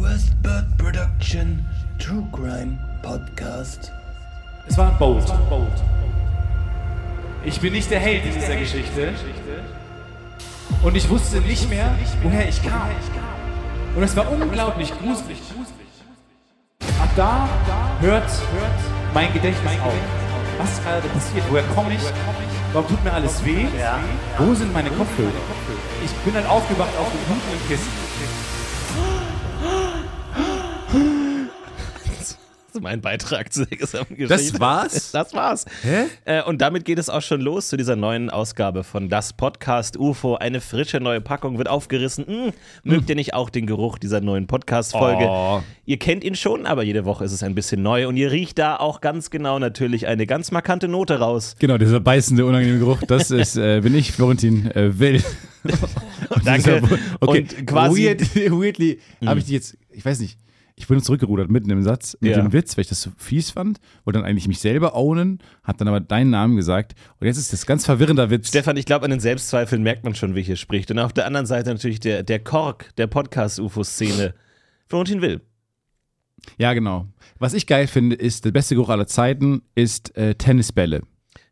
Westbird Production True Crime Podcast. Es war ein Bolt. Ich bin nicht der Held in dieser Geschichte. Und ich wusste nicht mehr, woher ich kam. Und es war unglaublich gruselig. Ab da hört mein Gedächtnis auf. Was ist gerade passiert? Woher komme ich? Warum tut mir alles weh? Wo sind meine Kopfhörer? Ich bin dann aufgewacht auf dem dunklen Kissen. Das ist mein Beitrag zu der gesamten Geschichte. Das war's? Das war's. Hä? Äh, und damit geht es auch schon los zu dieser neuen Ausgabe von Das Podcast UFO. Eine frische neue Packung wird aufgerissen. Mm, mögt ihr nicht auch den Geruch dieser neuen Podcast-Folge? Hm. Oh. Ihr kennt ihn schon, aber jede Woche ist es ein bisschen neu. Und ihr riecht da auch ganz genau natürlich eine ganz markante Note raus. Genau, dieser beißende, unangenehme Geruch, das ist, äh, bin ich, Florentin äh, Will. Und Danke. dieser- Okay, Und quasi- Hm. Weird, weirdly habe ich die jetzt, ich weiß nicht, ich bin zurückgerudert mitten im Satz mit Ja. dem Witz, weil ich das so fies fand, wollte dann eigentlich mich selber ownen, habe dann aber deinen Namen gesagt und jetzt ist das ganz verwirrender Witz. Stefan, ich glaube, an den Selbstzweifeln merkt man schon, wie hier spricht. Und auf der anderen Seite natürlich der, der Kork der Podcast-UFO-Szene. Florentin Will. Ja, genau. Was ich geil finde, ist, der beste Geruch aller Zeiten ist äh, Tennisbälle.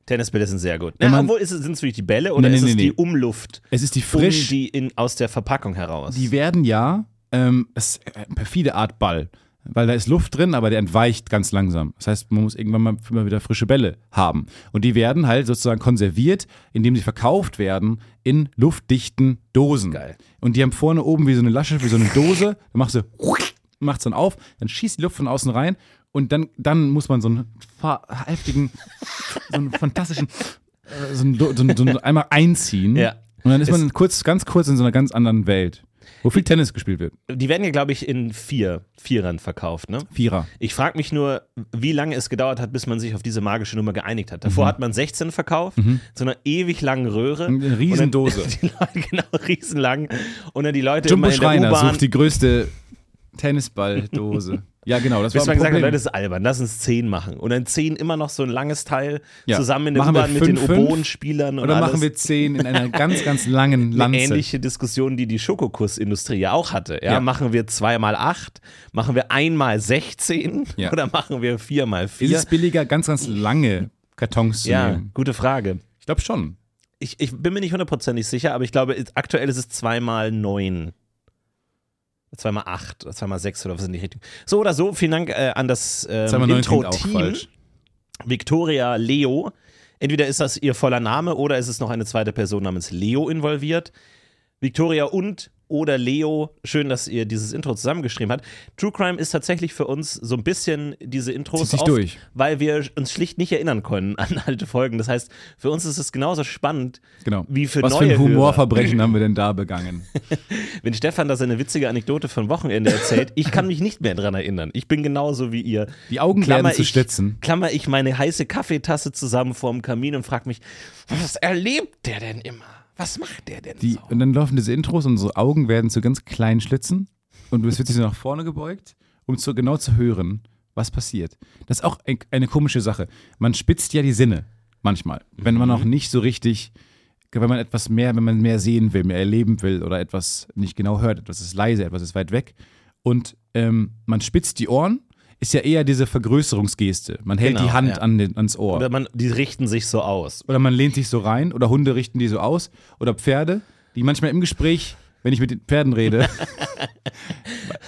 Tennisbälle sind sehr gut. Wenn Na, man- obwohl, sind es sind's wirklich die Bälle oder Nee, nee, ist es nee, die nee. Umluft? Es ist die frisch, um die in, aus der Verpackung heraus. die werden ja, ähm, es ist eine perfide Art Ball, weil da ist Luft drin, aber der entweicht ganz langsam. Das heißt, man muss irgendwann mal immer wieder frische Bälle haben. Und die werden halt sozusagen konserviert, indem sie verkauft werden in luftdichten Dosen. Geil. Und die haben vorne oben wie so eine Lasche, wie so eine Dose, dann machst du, machst dann auf, dann schießt die Luft von außen rein und dann, dann muss man so einen fa- heftigen, so einen fantastischen, äh, so einen, Do- so einen, so einen einmal einziehen. Ja. Und dann ist man kurz, ganz kurz in so einer ganz anderen Welt, wo viel Tennis gespielt wird. die werden ja, glaube ich, in vier, Vierern verkauft, ne? Vierer. Ich frage mich nur, wie lange es gedauert hat, bis man sich auf diese magische Nummer geeinigt hat. Davor hat man 16 verkauft, so einer ewig langen Röhre. Mhm. Eine Riesendose. Und dann- Die Leute, genau, riesenlang. Und dann die Leute Jumbo immer in der Schreiner U-Bahn, sucht die größte Tennisballdose. ja, genau, das war bis man ein gesagt hat, Problem. Leute, das ist albern, lass uns 10 machen. Und dann 10 immer noch so ein langes Teil Ja. zusammen in der Machen wir U-Bahn mit den fünf, fünf? Oboen-Spielern und Oder alles. machen wir zehn in einer ganz, ganz langen eine Lanze. ähnliche Diskussion, die die Schokokussindustrie ja auch hatte. Ja, Ja. Machen wir zweimal acht, machen wir einmal 16 Ja. oder machen wir viermal Ist vier? es billiger, ganz, ganz lange Kartons zu Ja, nehmen? gute Frage. Ich glaube schon. Ich, ich bin mir nicht hundertprozentig sicher, aber ich glaube, ist- aktuell ist es zweimal neun. Zweimal acht oder zweimal sechs oder was in die Richtung. So oder so, vielen Dank äh, an das ähm, Zweimal neun klingt auch Intro-Team. falsch. Victoria Leo. Entweder ist das ihr voller Name oder es ist noch eine zweite Person namens Leo involviert. Victoria und oder Leo, schön, dass ihr dieses Intro zusammengeschrieben habt. True Crime ist tatsächlich für uns so ein bisschen diese Zieht Intros sich oft, durch. weil wir uns schlicht nicht erinnern können an alte Folgen. Das heißt, für uns ist es genauso spannend, Genau. wie für Was neue für ein Hörer. Humorverbrechen haben wir denn da begangen? Wenn Stefan da seine witzige Anekdote von Wochenende erzählt, ich kann mich nicht mehr dran erinnern. Ich bin genauso wie ihr. Die Augen Klammer werden zu ich- schlitzen. Klammer ich meine heiße Kaffeetasse zusammen vorm Kamin und frag mich, was erlebt der denn immer? Was macht der denn Die, so? und dann laufen diese Intros und unsere Augen werden zu ganz kleinen Schlitzen und du bist wirklich so nach vorne gebeugt, um zu, genau zu hören, was passiert. Das ist auch ein, eine komische Sache. Man spitzt ja die Sinne manchmal, wenn Mhm. man auch nicht so richtig, wenn man etwas mehr, wenn man mehr sehen will, mehr erleben will oder etwas nicht genau hört, etwas ist leise, etwas ist weit weg. Und ähm, man spitzt die Ohren, ist ja eher diese Vergrößerungsgeste. Man hält Genau, die Hand ja. an den, ans Ohr. Oder man, die richten sich so aus. Oder man lehnt sich so rein. Oder Hunde richten die so aus. Oder Pferde, die manchmal im Gespräch, wenn ich mit den Pferden rede.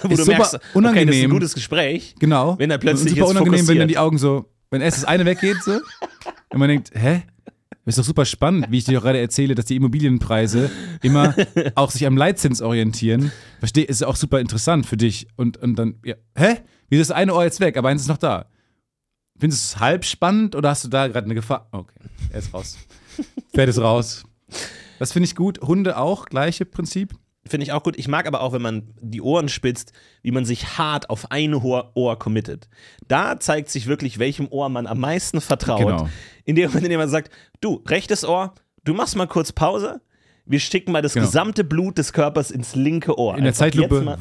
Wo Ist du merkst, okay, super das ist ein unangenehm. gutes Gespräch. genau. Wenn er plötzlich Super jetzt unangenehm, wenn fokussiert. dann die Augen so, wenn erst das eine weggeht so. und man denkt, hä? Ist doch super spannend, wie ich dir doch gerade erzähle, dass die Immobilienpreise immer auch sich am Leitzins orientieren. Verstehe, ist auch super interessant für dich. Und, und dann, ja, hä? Wie ist das eine Ohr jetzt weg, aber eins ist noch da. Findest du es halb spannend oder hast du da gerade eine Gefahr? Okay, er ist raus. Pferd ist raus. Das finde ich gut. Hunde auch, gleiche Prinzip. Finde ich auch gut. Ich mag aber auch, wenn man die Ohren spitzt, wie man sich hart auf ein Ohr, Ohr committet. Da zeigt sich wirklich, welchem Ohr man am meisten vertraut. Genau. In dem Moment, in dem man sagt, du, rechtes Ohr, du machst mal kurz Pause, wir schicken mal das Genau. gesamte Blut des Körpers ins linke Ohr. In der Einfach jetzt Zeitlupe, mal-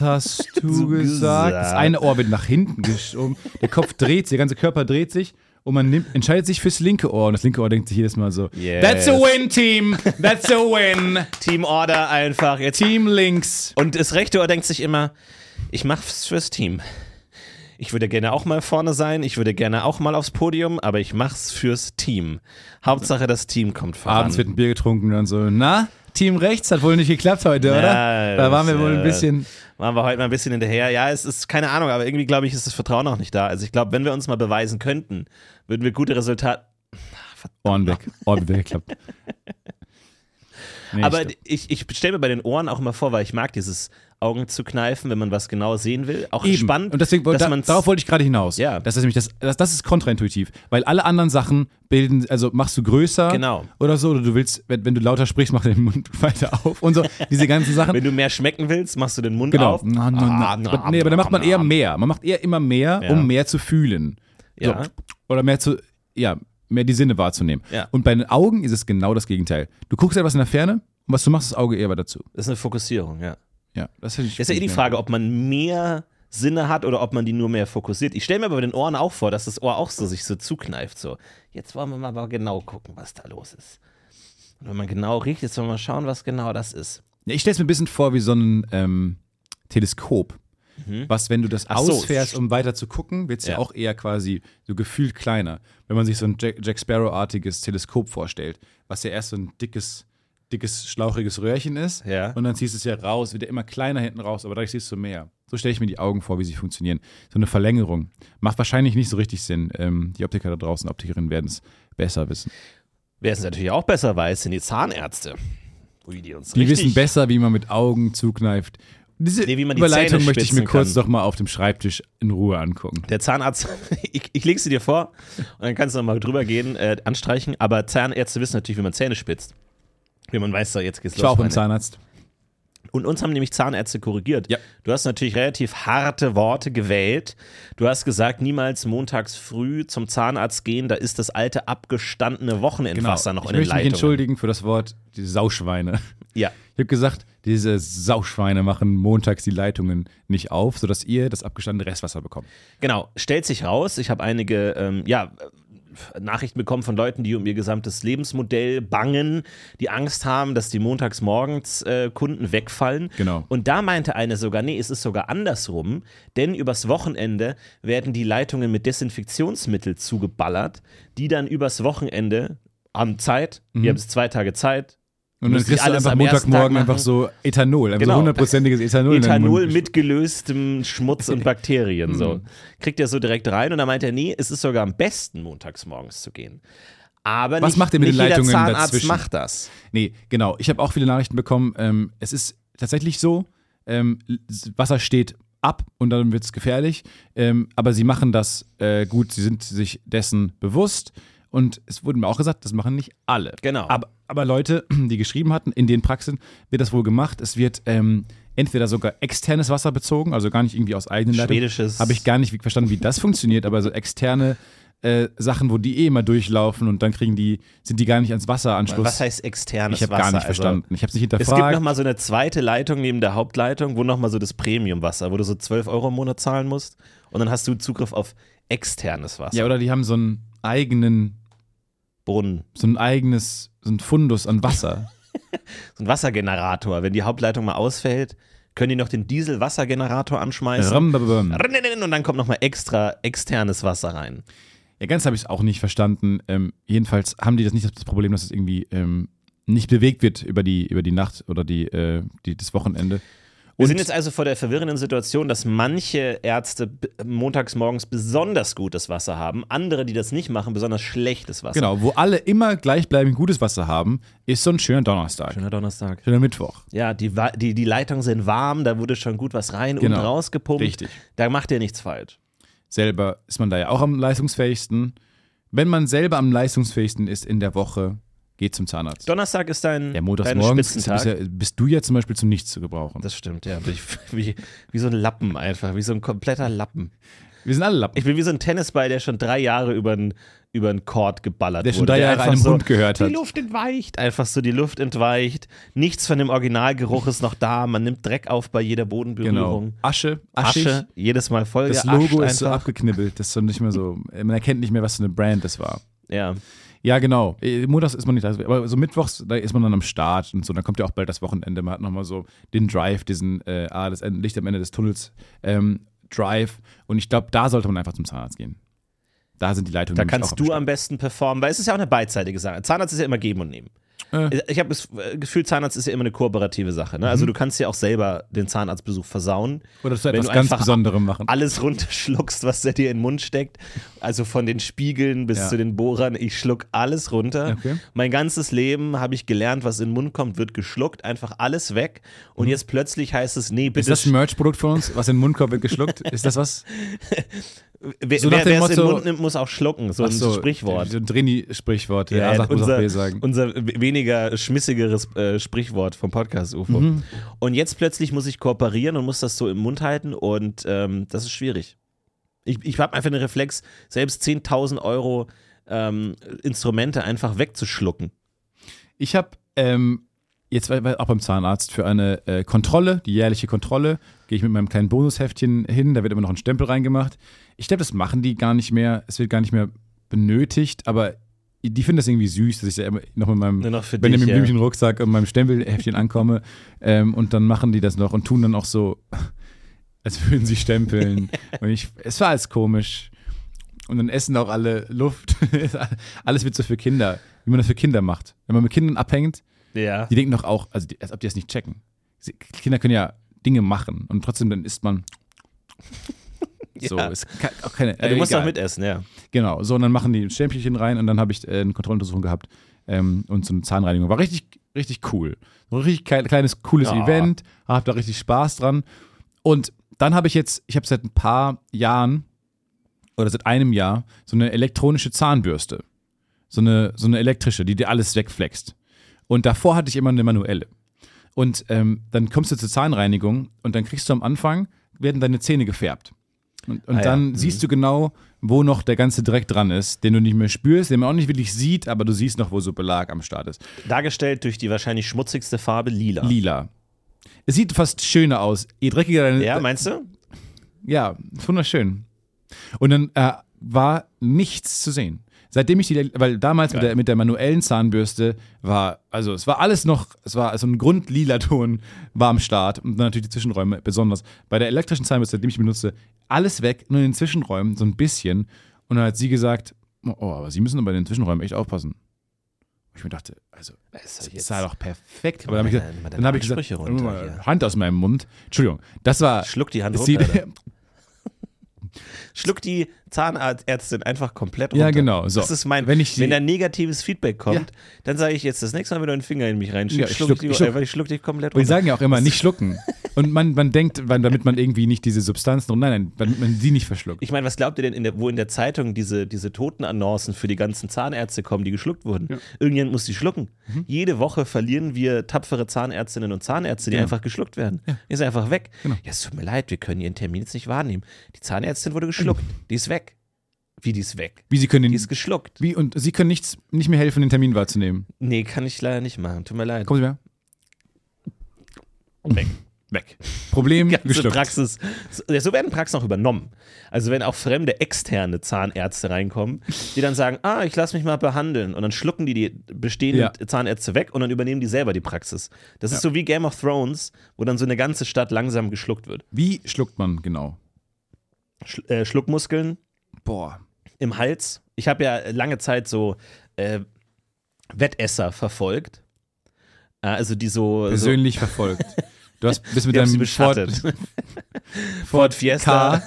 hast du So gesagt? Das gesagt. um, eine Ohr wird nach hinten geschoben, der Kopf dreht sich, der ganze Körper dreht sich und man nimmt, entscheidet sich fürs linke Ohr und das linke Ohr denkt sich jedes Mal so, Yes. that's a win, Team, that's a win, Team Order einfach jetzt. Team links. Und das rechte Ohr denkt sich immer, ich mach's fürs Team. Ich würde gerne auch mal vorne sein, ich würde gerne auch mal aufs Podium, aber ich mach's fürs Team. Hauptsache, das Team kommt voran. Abends wird ein Bier getrunken und dann so, na, Team rechts hat wohl nicht geklappt heute, oder? Da das, waren wir wohl ein äh, bisschen, Waren wir heute mal ein bisschen hinterher. Ja, es ist keine Ahnung, aber irgendwie glaube ich, ist das Vertrauen auch nicht da. Also ich glaube, wenn wir uns mal beweisen könnten, würden wir gute Resultate. Ohren weg, Ohren weg geklappt. Nee, Aber stimmt. ich, ich stelle mir bei den Ohren auch immer vor, weil ich mag dieses Augen zu kneifen, wenn man was genau sehen will. Auch Eben. spannend, Und deswegen, dass da, man's- darauf wollte ich gerade hinaus. Ja. Das ist nämlich das, das, das ist kontraintuitiv, weil alle anderen Sachen bilden, also machst du größer Genau. oder so, oder du willst, wenn, wenn du lauter sprichst, mach den Mund weiter auf und so, diese ganzen Sachen. Wenn du mehr schmecken willst, machst du den Mund genau. auf. Na, na, na. Ah, na, aber, nee, aber dann macht man na, eher na. mehr. Man macht eher immer mehr, Ja. um mehr zu fühlen. Ja. So. Oder mehr zu, ja, mehr die Sinne wahrzunehmen. Ja. Und bei den Augen ist es genau das Gegenteil. Du guckst etwas in der Ferne und was du machst, das Auge eher weiter zu. Das ist eine Fokussierung, ja. Ja, das finde ich. Das ist ja eh die Frage, ob man mehr Sinne hat oder ob man die nur mehr fokussiert. Ich stelle mir aber bei den Ohren auch vor, dass das Ohr auch so sich so zukneift. So, jetzt wollen wir mal aber genau gucken, was da los ist. Und wenn man genau riecht, jetzt wollen wir mal schauen, was genau das ist. Ja, Ich stelle es mir ein bisschen vor wie so ein ähm, Teleskop. Was, wenn du das Mhm. Ach so. ausfährst, um weiter zu gucken, wird es ja. Ja. auch eher quasi so gefühlt kleiner. Wenn man sich so ein Jack, Jack Sparrow-artiges Teleskop vorstellt, was ja erst so ein dickes, dickes, schlauchiges Röhrchen ist. Ja. Und dann ziehst du es ja raus, wird ja immer kleiner hinten raus, aber dadurch siehst du mehr. So stelle ich mir die Augen vor, wie sie funktionieren. So eine Verlängerung. Macht wahrscheinlich nicht so richtig Sinn. Ähm, die Optiker da draußen, Optikerinnen werden es besser wissen. Wer es natürlich auch besser weiß, sind die Zahnärzte. Ui, die uns Die richtig wissen besser, wie man mit Augen zukneift. Diese Nee, wie man die Überleitung Zähne möchte ich mir spitzen kurz kann. doch mal auf dem Schreibtisch in Ruhe angucken. Der Zahnarzt, ich, ich leg's dir vor und dann kannst du nochmal drüber gehen, äh, anstreichen. Aber Zahnärzte wissen natürlich, wie man Zähne spitzt. Wie man weiß, so jetzt geht's Ich los. war auch beim Freunde. Zahnarzt. Und uns haben nämlich Zahnärzte korrigiert. Ja. Du hast natürlich relativ harte Worte gewählt. Du hast gesagt, niemals montags früh zum Zahnarzt gehen, da ist das alte abgestandene Wochenendwasser noch Genau. ich in den möchte mich Leitungen. entschuldigen für das Wort die Sauschweine. Ja. Ich habe gesagt, diese Sauschweine machen montags die Leitungen nicht auf, sodass ihr das abgestandene Restwasser bekommt. Genau, stellt sich raus, ich habe einige ähm, ja, äh, Nachrichten bekommen von Leuten, die um ihr gesamtes Lebensmodell bangen, die Angst haben, dass die montags morgens äh, Kunden wegfallen. Genau. Und da meinte eine sogar, nee, es ist sogar andersrum, denn übers Wochenende werden die Leitungen mit Desinfektionsmittel zugeballert, die dann übers Wochenende haben Zeit, wir haben es zwei Tage Zeit, Und dann Müssen die kriegst du alles einfach am ersten Montagmorgen Tag einfach machen? so Ethanol, einfach Genau. so Also hundertprozentiges Ethanol. in den Ethanol Mund. Hm. mit gelöstem Schmutz und Bakterien. so. Kriegt er so direkt rein und dann meint er, nee, es ist sogar am besten, montags morgens zu gehen. Aber Was nicht, macht ihr mit nicht den jeder Leitungen Zahnarzt dazwischen? macht das. Nee, genau. Ich habe auch viele Nachrichten bekommen. Ähm, es ist tatsächlich so, ähm, Wasser steht ab und dann wird es gefährlich. Ähm, aber sie machen das äh, gut, sie sind sich dessen bewusst. Und es wurde mir auch gesagt, das machen nicht alle. Genau. Aber, aber Leute, die geschrieben hatten, in den Praxen wird das wohl gemacht. Es wird ähm, entweder sogar externes Wasser bezogen, also gar nicht irgendwie aus eigenen Leitungen. Schwedisches- Habe ich gar nicht wie- verstanden, wie das funktioniert, aber so externe äh, Sachen, wo die eh immer durchlaufen und dann kriegen die, sind die gar nicht ans Wasser anschluss. Was heißt externes Ich habe Wasser? gar nicht Also, verstanden. ich habe es nicht es gibt hinterfragt. nochmal so eine zweite Leitung neben der Hauptleitung, wo nochmal so das Premiumwasser, wo du so 12 Euro im Monat zahlen musst und dann hast du Zugriff auf externes Wasser. ja, oder die haben so einen eigenen, Brunnen. so ein eigenes, so ein Fundus an Wasser. So ein Wassergenerator. Wenn die Hauptleitung mal ausfällt, können die noch den Diesel-Wassergenerator anschmeißen. Rambababam. Und dann kommt nochmal extra externes Wasser rein. ja, ganz habe ich es auch nicht verstanden. Ähm, jedenfalls haben die das nicht das Problem, dass es irgendwie ähm, nicht bewegt wird über die, über die Nacht oder die, äh, die, das Wochenende. Wir Und- sind jetzt also vor der verwirrenden Situation, dass manche Ärzte b- montags morgens besonders gutes Wasser haben, andere, die das nicht machen, besonders schlechtes Wasser. Genau, wo alle immer gleichbleibend gutes Wasser haben, ist so ein schöner Donnerstag. Schöner Donnerstag. Schöner Mittwoch. Ja, die, Wa- die, die Leitungen sind warm, da wurde schon gut was rein und Genau. rausgepumpt. Richtig. Da macht ihr nichts falsch. Selber ist man da ja auch am leistungsfähigsten. Wenn man selber am leistungsfähigsten ist in der Woche, geht zum Zahnarzt. Donnerstag ist dein, Ja, dein montagsmorgens ist, bist, Spitzentag. ja, bist du ja zum Beispiel zu nichts zu gebrauchen. Das stimmt, ja. Bin ich, wie, wie so ein Lappen einfach, wie so ein kompletter Lappen. Wir sind alle Lappen. Ich bin wie so ein Tennisball, der schon drei Jahre über einen über einen Court geballert Der wurde. schon drei Jahre einfach einem Hund gehört hat. halt Die Luft entweicht. Einfach so, die Luft entweicht. Nichts von dem Originalgeruch ist noch da. Man nimmt Dreck auf bei jeder Bodenberührung. Genau. Asche, aschig. Asche, jedes Mal voll Das geascht Logo einfach. ist so abgeknibbelt. Das ist so nicht mehr so. Man erkennt nicht mehr, was für eine Brand das war. Ja. Ja, genau. Äh, Montags ist man nicht da. Aber so mittwochs, da ist man dann am Start und so. Dann kommt ja auch bald das Wochenende. Man hat nochmal so den Drive, diesen, äh, ah, das Ende- Licht am Ende des Tunnels, ähm, Drive. Und ich glaube, da sollte man einfach zum Zahnarzt gehen. Da sind die Leitungen. Da nämlich kannst auch du am am besten performen, weil es ist ja auch eine beidseitige Sache. Zahnarzt ist ja immer geben und nehmen. Äh. Ich habe das Gefühl, Zahnarzt ist ja immer eine kooperative Sache. Ne? Mhm. Also du kannst ja auch selber den Zahnarztbesuch versauen. Start. Oder dass du wenn etwas du ganz einfach Besonderem machen. Alles runterschluckst, was der dir in den Mund steckt. Also von den Spiegeln bis Ja. zu den Bohrern. Ich schluck alles runter. Okay. Mein ganzes Leben habe ich gelernt, was in den Mund kommt, wird geschluckt. Einfach alles weg. Und jetzt plötzlich heißt es, nee, bitte. Mhm. Ist das ein Merch-Produkt von uns, was in den Mund kommt, wird geschluckt? Ist das was? wer so nach wer dem wer es in den Motto- Mund nimmt, muss auch schlucken. So Ach ein so, Sprichwort. So ein Drini-Sprichwort. Ja, Ja, sagt man, sagt unser, B sagen. unser w- weniger schmissigeres äh, Sprichwort vom Podcast UFO. Mhm. Und jetzt plötzlich muss ich kooperieren und muss das so im Mund halten und ähm, das ist schwierig. Ich, ich habe einfach den Reflex, selbst 10.000 Euro ähm, Instrumente einfach wegzuschlucken. Mhm. Ich habe ähm, jetzt war- war auch beim Zahnarzt für eine äh, Kontrolle, die jährliche Kontrolle, gehe ich mit meinem kleinen Bonusheftchen hin, da wird immer noch ein Stempel reingemacht. Ich glaube, das machen die gar nicht mehr, es wird gar nicht mehr benötigt, aber die finden das irgendwie süß, dass ich da immer noch mit meinem Nur noch für Benjamin dich, ja. Blümchen Rucksack und meinem Stempelheftchen ankomme ähm, und dann machen die das noch und tun dann auch so, als würden sie stempeln. und ich, es war alles komisch. Und dann essen auch alle Luft. Alles wird so für Kinder, wie man das für Kinder macht. Wenn man mit Kindern abhängt, Ja. die denken doch auch, also die, als ob die das nicht checken. Sie, Kinder können ja Dinge machen und trotzdem dann isst man. So, Ja. ist ke- auch keine. du äh, musst egal. auch mitessen, ja. Genau, so und dann machen die ein Stempelchen rein und dann habe ich äh, eine Kontrolluntersuchung gehabt ähm, und so eine Zahnreinigung. War richtig, richtig cool. So ein richtig kle- kleines, cooles Ja. Event, habe da richtig Spaß dran. Und dann habe ich jetzt, ich habe seit ein paar Jahren oder seit einem Jahr so eine elektronische Zahnbürste. So eine, so eine elektrische, die dir alles wegflext. Und davor hatte ich immer eine manuelle. Und ähm, dann kommst du zur Zahnreinigung und dann kriegst du am Anfang, werden deine Zähne gefärbt. Und, und Ah ja, dann mhm. siehst du genau, wo noch der ganze Dreck dran ist, den du nicht mehr spürst, den man auch nicht wirklich sieht, aber du siehst noch, wo so Belag am Start ist. Dargestellt durch die wahrscheinlich schmutzigste Farbe lila. Lila. Es sieht fast schöner aus. Je dreckiger deine. ja, meinst du? ja ist wunderschön. Und dann äh, war nichts zu sehen. Seitdem ich die, weil damals mit der, mit der manuellen Zahnbürste war, also es war alles noch, es war so ein grundlila Ton war am Start und dann natürlich die Zwischenräume besonders. Bei der elektrischen Zahnbürste, die ich benutze, alles weg, nur in den Zwischenräumen so ein bisschen. Und dann hat sie gesagt, oh, aber Sie müssen aber in den Zwischenräumen echt aufpassen. Und ich mir dachte, also das sah doch perfekt. Aber dann habe ich Meine- gesagt, meine dann hab ich Ansprüche gesagt runter "Mal hier." Hand aus meinem Mund. Entschuldigung, das war Schluck die Hand ist die, runter. Alter. Schluck die Zahnärztin einfach komplett runter. Ja, genau, so. Das ist mein, wenn, Wenn ich die- da negatives Feedback kommt, Ja. dann sage ich jetzt das nächste Mal, wenn du einen Finger in mich reinschickst, Ja, ich schluck, schluck- ich die, ich schluck- einfach, ich schluck dich komplett Und die runter. sagen ja auch immer, nicht schlucken. Und man, man denkt, man, damit man irgendwie nicht diese Substanzen, nein, nein, damit man die nicht verschluckt. Ich meine, was glaubt ihr denn, in der, wo in der Zeitung diese, diese Toteannoncen für die ganzen Zahnärzte kommen, die geschluckt wurden? Irgendjemand muss die schlucken. Mhm. Jede Woche verlieren wir tapfere Zahnärztinnen und Zahnärzte, die einfach geschluckt werden. Die sind einfach weg. Genau. Ja, es tut mir leid, wir können ihren Termin jetzt nicht wahrnehmen. Die Zahnärztin wurde geschluckt. Die ist weg. Wie die ist weg? Wie sie können Die den, ist geschluckt. wie, und sie können nichts, nicht mehr helfen, den Termin wahrzunehmen. Nee, kann ich leider nicht machen. Tut mir leid. Kommen Sie mal. Weg. Weg. Problem Ganze geschluckt. Praxis. So ja, so werden Praxen auch übernommen. Also wenn auch fremde externe Zahnärzte reinkommen, die dann sagen, ah, ich lass mich mal behandeln und dann schlucken die die bestehenden Ja. Zahnärzte weg und dann übernehmen die selber die Praxis. Das ist so wie Game of Thrones, wo dann so eine ganze Stadt langsam geschluckt wird. Wie schluckt man genau? Schl äh, Schluckmuskeln, Boah. im Hals. Ich habe ja lange Zeit so äh, Wettesser verfolgt. Äh, Also die so, so Persönlich verfolgt. Du hast, bist mit die Also- haben sie deinem Ford, beschattet. Ford Fiesta. K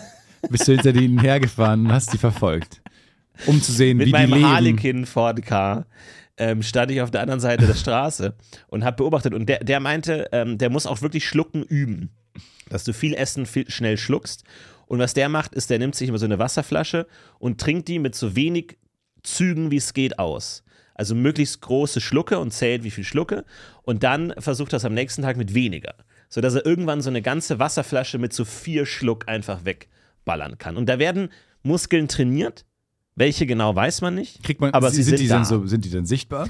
bist du hinter denen hergefahren und hast sie verfolgt. Um zu sehen, mit wie die meinem leben. Harlequin Ford Car ähm, stand ich auf der anderen Seite der Straße und habe beobachtet. Und der, der meinte, ähm, der muss auch wirklich schlucken üben. Dass du viel Essen viel schnell schluckst. Und was der macht, ist, der nimmt sich immer so eine Wasserflasche und trinkt die mit so wenig Zügen, wie es geht, aus. Also möglichst große Schlucke und zählt, wie viel Schlucke. Und dann versucht er es am nächsten Tag mit weniger. Sodass er irgendwann so eine ganze Wasserflasche mit so vier Schluck einfach weg abballern kann. Und da werden Muskeln trainiert. Welche genau weiß man nicht. Kriegt man, aber sie sie- sind, sind die da. dann so, sind die dann sichtbar?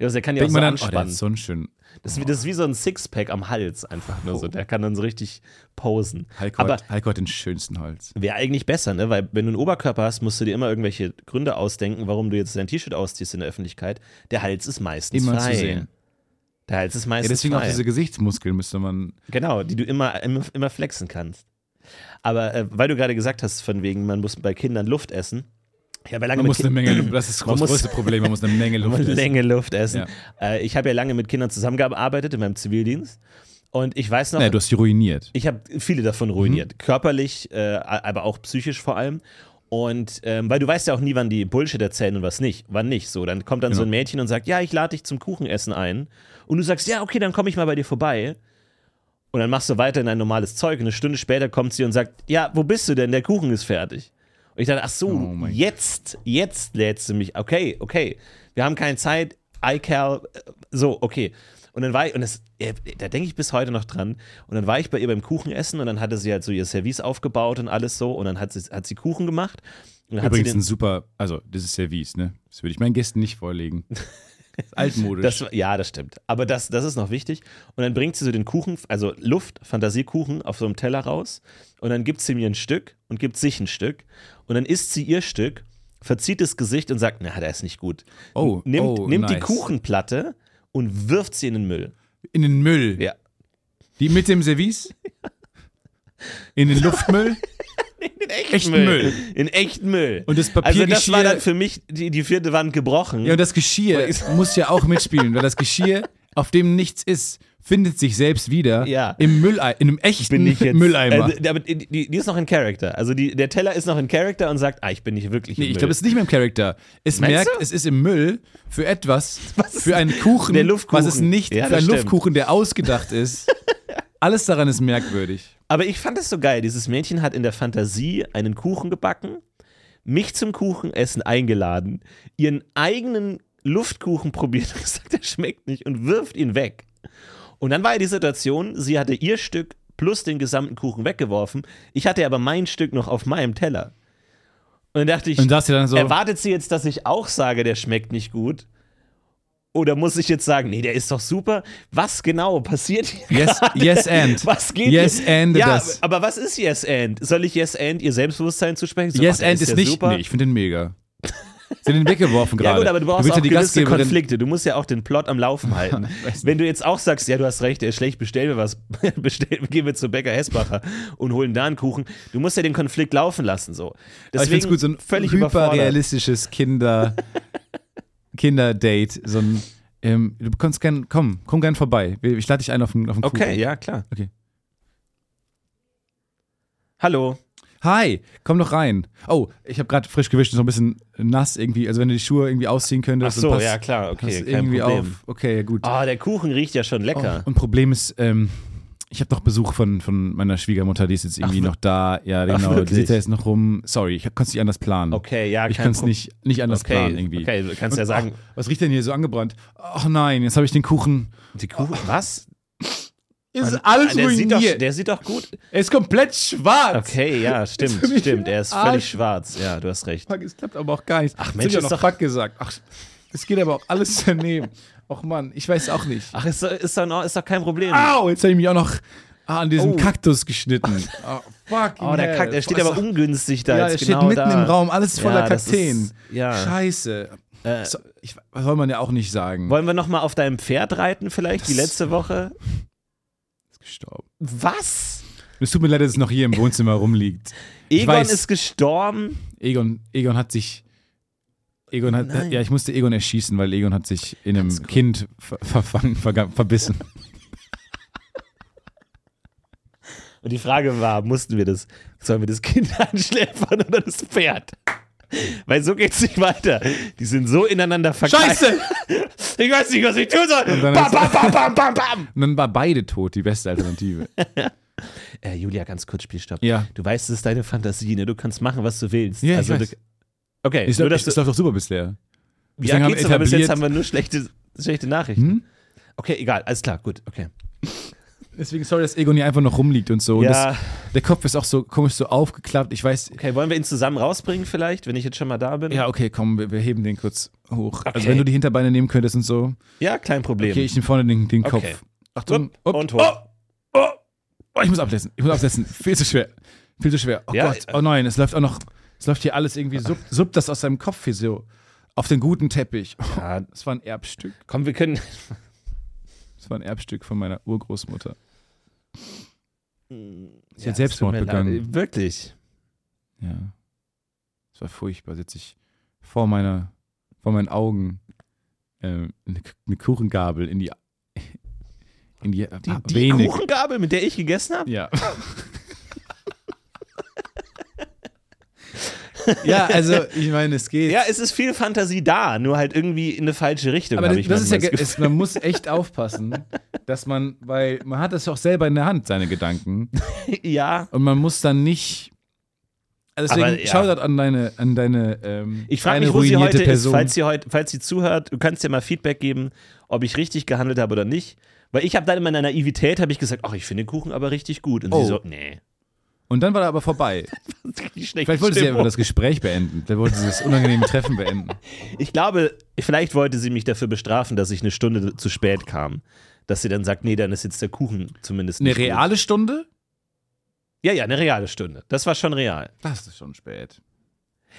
Also der kann ja auch so Denkt man dann, oh, der hat anspannen. so einen schönen das, ist wie, das ist wie so ein Sixpack am Hals einfach nur Oh. so. Der kann dann so richtig posen. Hulk aber hat, Hulk hat den schönsten Hals. Wäre eigentlich besser, ne? Weil wenn du einen Oberkörper hast, musst du dir immer irgendwelche Gründe ausdenken, warum du jetzt dein T-Shirt ausziehst in der Öffentlichkeit. Der Hals ist meistens Immer frei. zu sehen. Der Hals ist Ja, meistens deswegen auch frei. diese Gesichtsmuskeln müsste man. genau, die du immer, immer, immer flexen kannst. Aber äh, weil du gerade gesagt hast, von wegen, man muss bei Kindern Luft essen. Ich habe ja lange Man mit muss Ki- eine Menge, das ist Man das muss- größte Problem, man muss eine Menge Luft essen. Länge Luft essen. Äh, ich habe ja lange mit Kindern zusammengearbeitet in meinem Zivildienst. Und ich weiß noch, Naja, du hast die ruiniert. Ich habe viele davon ruiniert. Körperlich, äh, aber auch psychisch vor allem. Und ähm, weil du weißt ja auch nie, wann die Bullshit erzählen und was nicht, wann nicht. So, dann kommt dann so ein Mädchen und sagt, ja, ich lade dich zum Kuchenessen ein. Und du sagst, ja, okay, dann komme ich mal bei dir vorbei. Und dann machst du weiter in ein normales Zeug. Und eine Stunde später kommt sie und sagt, ja, wo bist du denn? Der Kuchen ist fertig. Und ich dachte, ach so, Oh mein jetzt, jetzt lädst du mich. Okay, okay, wir haben keine Zeit. iCal, äh, so, okay. Und dann war ich, und das, äh, da denke ich bis heute noch dran. Und dann war ich bei ihr beim Kuchenessen und dann hatte sie halt so ihr Service aufgebaut und alles so. Und dann hat sie, hat sie Kuchen gemacht. Und dann Übrigens hat ein sie super, also das ist Service, ne? Das würde ich meinen Gästen nicht vorlegen. Das ist altmodisch. den, das, ja, das stimmt. Aber das, das ist noch wichtig. Und dann bringt sie so den Kuchen, also Luft, Fantasiekuchen auf so einem Teller raus. Und dann gibt sie mir ein Stück und gibt sich ein Stück. Und dann isst sie ihr Stück, verzieht das Gesicht und sagt, na, der ist nicht gut. oh, nimmt, oh, nimmt die nice. Kuchenplatte und wirft sie in den Müll. In den Müll. Ja. Die mit dem Service? In den Luftmüll? In echten, Echten Müll. In echten Müll. Und das also das war Papiergeschirr- dann für mich die, die vierte Wand gebrochen. Ja, und das Geschirr muss ja auch mitspielen, weil das Geschirr, auf dem nichts ist, findet sich selbst wieder Ja. im Mülleimer, in einem echten bin ich jetzt. Mülleimer. Äh, aber die, die die ist noch in Character. Also die, der Teller ist noch in Character und sagt, ah, ich bin nicht wirklich. Nee, im ich Müll. glaube, es ist nicht mehr im Charakter. Es Meinst merkt, du? es ist im Müll für etwas, für einen Kuchen, Der Luftkuchen. was es nicht, Ja, für das einen stimmt. Luftkuchen, der ausgedacht ist. Alles daran ist merkwürdig. Aber ich fand das so geil. Dieses Mädchen hat in der Fantasie einen Kuchen gebacken, mich zum Kuchenessen eingeladen, ihren eigenen Luftkuchen probiert und gesagt, der schmeckt nicht und wirft ihn weg. Und dann war ja die Situation, sie hatte ihr Stück plus den gesamten Kuchen weggeworfen. Ich hatte aber mein Stück noch auf meinem Teller. Und dann dachte ich, Und sagst du dann so, erwartet sie jetzt, dass ich auch sage, der schmeckt nicht gut? Oder muss ich jetzt sagen, nee, der ist doch super? Was genau passiert hier? yes, yes and. Was geht Yes hier? and ja, das. aber was ist Yes and? Soll ich Yes and ihr Selbstbewusstsein zusprechen? So, yes ach, der and ist, ja nicht, super. nee, ich finde den mega. Sie haben den weggeworfen gerade. ja gut, aber du Da brauchst wird auch ja die gewisse Gastgeberin- Konflikte. Du musst ja auch den Plot am Laufen halten. Weiß Wenn du jetzt auch sagst, ja, du hast recht, der ist schlecht, bestellen wir was, bestellen, gehen wir zu Bäcker Hessbacher und holen da einen Kuchen. Du musst ja den Konflikt laufen lassen. So. Aber ich Deswegen finde es gut, so ein völlig überfordert. hyperrealistisches Kinder, Kinderdate. So ein, ähm, du kannst gern, komm, komm gern vorbei. Ich lade dich ein auf den, auf den Kuchen. Okay, ja, klar. Okay. Hallo. Hi, komm doch rein. Oh, ich habe gerade frisch gewischt, ist noch ein bisschen nass irgendwie. Also wenn du die Schuhe irgendwie ausziehen Ach könntest. so, dann passt- ja, klar. Okay, passt kein irgendwie Problem. auf. Okay, ja, gut. Oh, Oh, der Kuchen riecht ja schon lecker. Und Problem ist, ähm, ich habe noch Besuch von, von meiner Schwiegermutter, die ist jetzt irgendwie wir- noch da. Ja, genau. die wirklich? sitzt da jetzt noch rum. Sorry, ich konnte es nicht anders planen. Okay, ja, Ich kein kann es Problem. nicht, nicht anders Okay, planen irgendwie. okay, du kannst Und, ja sagen- ach, was riecht denn hier so angebrannt? Ach nein, jetzt habe ich den Kuchen. Die Kuchen, was? Ist Ah, alles oh, der, sieht doch, ruiniert. der sieht doch gut. er ist komplett schwarz. Okay, ja, stimmt, bin ich stimmt. Er ist im Arsch. völlig schwarz. Ja, du hast recht. Fuck, es klappt aber auch gar nicht. Ach Mensch, ich hab ist noch doch- Fuck gesagt. Ach, es geht aber auch alles daneben. Och Mann, ich weiß auch nicht. Ach, ist doch, ist doch, noch- ist doch kein Problem. Au, jetzt habe ich mich auch noch ah, an diesem Oh. Kaktus geschnitten. Oh, fuck. Oh, der Kack, der steht aber ungünstig da Ja, er jetzt steht genau mitten da. im Raum, alles voller Ja, das Kakteen. ist- ja. Äh. Scheiße. so, ich, was soll man ja auch nicht sagen. Wollen wir nochmal auf deinem Pferd reiten vielleicht, wie Das- letzte Woche? Gestorben. Was? Es tut mir leid, dass es noch hier im Wohnzimmer rumliegt. Ich Egon weiß. ist gestorben. Egon, Egon hat sich. Egon hat, Nein. ja, ich musste Egon erschießen, weil Egon hat sich in einem Kind ver verfangen, verga- verbissen. Und die Frage war, mussten wir das, sollen wir das Kind einschläfern oder das Pferd? Weil so geht's nicht weiter. Die sind so ineinander verknallt. Scheiße! Ich weiß nicht, was ich tun soll. dann Bam, ist- bam, bam, bam, bam, bam. Und dann war beide tot, die beste Alternative. Äh, Julia, ganz kurz Spielstopp. Ja. Du weißt, es ist deine Fantasie, ne? Du kannst machen, was du willst. Ja, ich also, weiß. Du, okay, Ich nur glaub, dass das, du, läuft doch super bisher. Wie ja, lange haben geht's, aber bis etabliert- Hm? jetzt haben wir nur schlechte, schlechte Nachrichten. Okay, egal, alles klar, gut, okay. Deswegen sorry, dass Egon hier einfach noch rumliegt und so. Und Ja. das, der Kopf ist auch so komisch so aufgeklappt. Ich weiß. Okay, wollen wir ihn zusammen rausbringen vielleicht, wenn ich jetzt schon mal da bin? Ja, okay, komm, wir, wir heben den kurz hoch. Okay. Also wenn du die Hinterbeine nehmen könntest und so. Ja, kein Problem. Okay, ich nehme vorne den, den Kopf. Okay. Achtung. Upp, Upp. und hoch. Oh, ich muss absetzen. Ich muss absetzen. Viel zu schwer. Viel zu schwer. Oh Ja, äh Gott. Oh nein, es läuft auch noch. Es läuft hier alles irgendwie sub, sub das aus seinem Kopf hier so. Auf den guten Teppich. Oh, Ja, das war ein Erbstück. komm, wir können. Das war ein Erbstück von meiner Urgroßmutter. Sie Hm, Ja, hat Selbstmord es tut mir leid. begangen. Wirklich. Ja. Es war furchtbar. Sie hat sich vor meiner, vor meinen Augen ähm, eine, K- eine Kuchengabel in die in die, Die, die wenig. Kuchengabel, mit der ich gegessen habe? Ja. ja, also ich meine, es geht. Ja, es ist viel Fantasie da, nur halt irgendwie in eine falsche Richtung. aber hab das, ich das ist ja, manchmal ge- Gefühl. es, man muss echt aufpassen, dass man, weil man hat das ja auch selber in der Hand, seine Gedanken. ja. Und man muss dann nicht. Also deswegen, Aber, ja. Shoutout an deine, an deine, ähm, Ich frage deine mich, wo sie ruinierte heute Person. ist, falls sie, heute, falls sie zuhört. Du kannst ja mal Feedback geben, ob ich richtig gehandelt habe oder nicht. Weil ich habe dann in meiner Naivität habe ich gesagt, ach, ich finde den Kuchen aber richtig gut. Und Oh. sie so, nee. Und dann war er aber vorbei. Vielleicht wollte sie einfach das Gespräch beenden. Vielleicht wollte sie das unangenehme Treffen beenden. Ich glaube, vielleicht wollte sie mich dafür bestrafen, dass ich eine Stunde zu spät kam. Dass sie dann sagt, nee, dann ist jetzt der Kuchen zumindest Eine nicht gut. reale Stunde? Ja, ja, eine reale Stunde. Das war schon real. Das ist schon spät.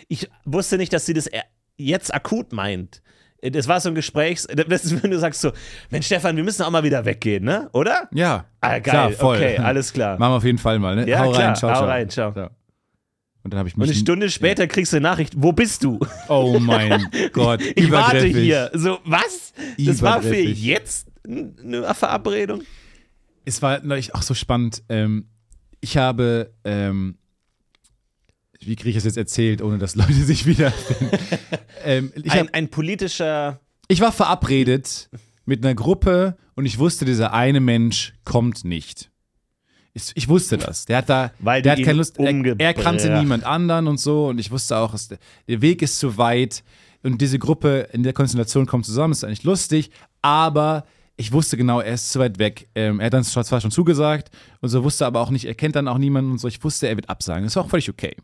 Ich wusste nicht, dass sie das e- jetzt akut meint. Äh, Das war so ein Gespräch, das ist, wenn du sagst so, Mensch, Stefan, wir müssen auch mal wieder weggehen, ne? Oder? Ja. Ah, geil, Klar, voll. okay, alles klar. Machen wir auf jeden Fall mal, ne? Ja, hau klar, rein, ciao, hau ciao. rein, ciao. Und dann habe ich Und mich. eine Stunde später kriegst du eine Nachricht, wo bist du? Oh mein Gott. Ich warte übergriffig. hier. So, was? Das war für Übergriffig. jetzt eine Verabredung? Es war neulich auch so spannend. Ähm, ich habe, ähm, wie kriege ich das jetzt erzählt, ohne dass Leute sich wieder. ähm, ich, hab, Ein, ein politischer. ich war verabredet mit einer Gruppe und ich wusste, dieser eine Mensch kommt nicht. Ich, ich wusste das. Der hat da, Weil der die hat keine ihn Lust. Er, er umgebracht. kannte niemand anderen und so. Und ich wusste auch, es, der Weg ist zu weit. Und diese Gruppe in der Konstellation kommt zusammen. Ist eigentlich lustig, aber ich wusste genau, er ist zu weit weg. Ähm, er hat dann zwar zwar schon zugesagt und so wusste aber auch nicht. Er kennt dann auch niemanden und so. Ich wusste, er wird absagen. Das war auch völlig okay.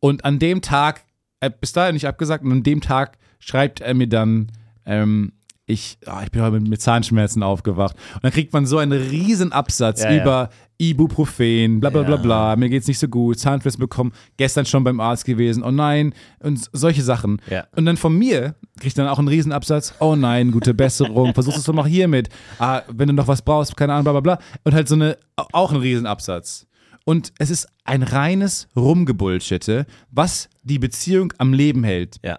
Und an dem Tag, äh, bis dahin nicht abgesagt, und an dem Tag schreibt er mir dann, ähm, ich, ah, ich bin heute mit, mit Zahnschmerzen aufgewacht. Und dann kriegt man so einen riesen Absatz Ja, ja. über Ibuprofen, bla bla bla Ja. bla, mir geht's nicht so gut, Zahnfleisch bekommen, gestern schon beim Arzt gewesen, oh nein, und s- solche Sachen. Ja. Und dann von mir kriegt dann auch einen riesen Absatz, oh nein, gute Besserung, versuch es doch mal hiermit, ah, wenn du noch was brauchst, keine Ahnung, bla bla bla. Und halt so eine, au- auch einen riesen Absatz. Und es ist ein reines Rumgebullshitte, was die Beziehung am Leben hält Ja.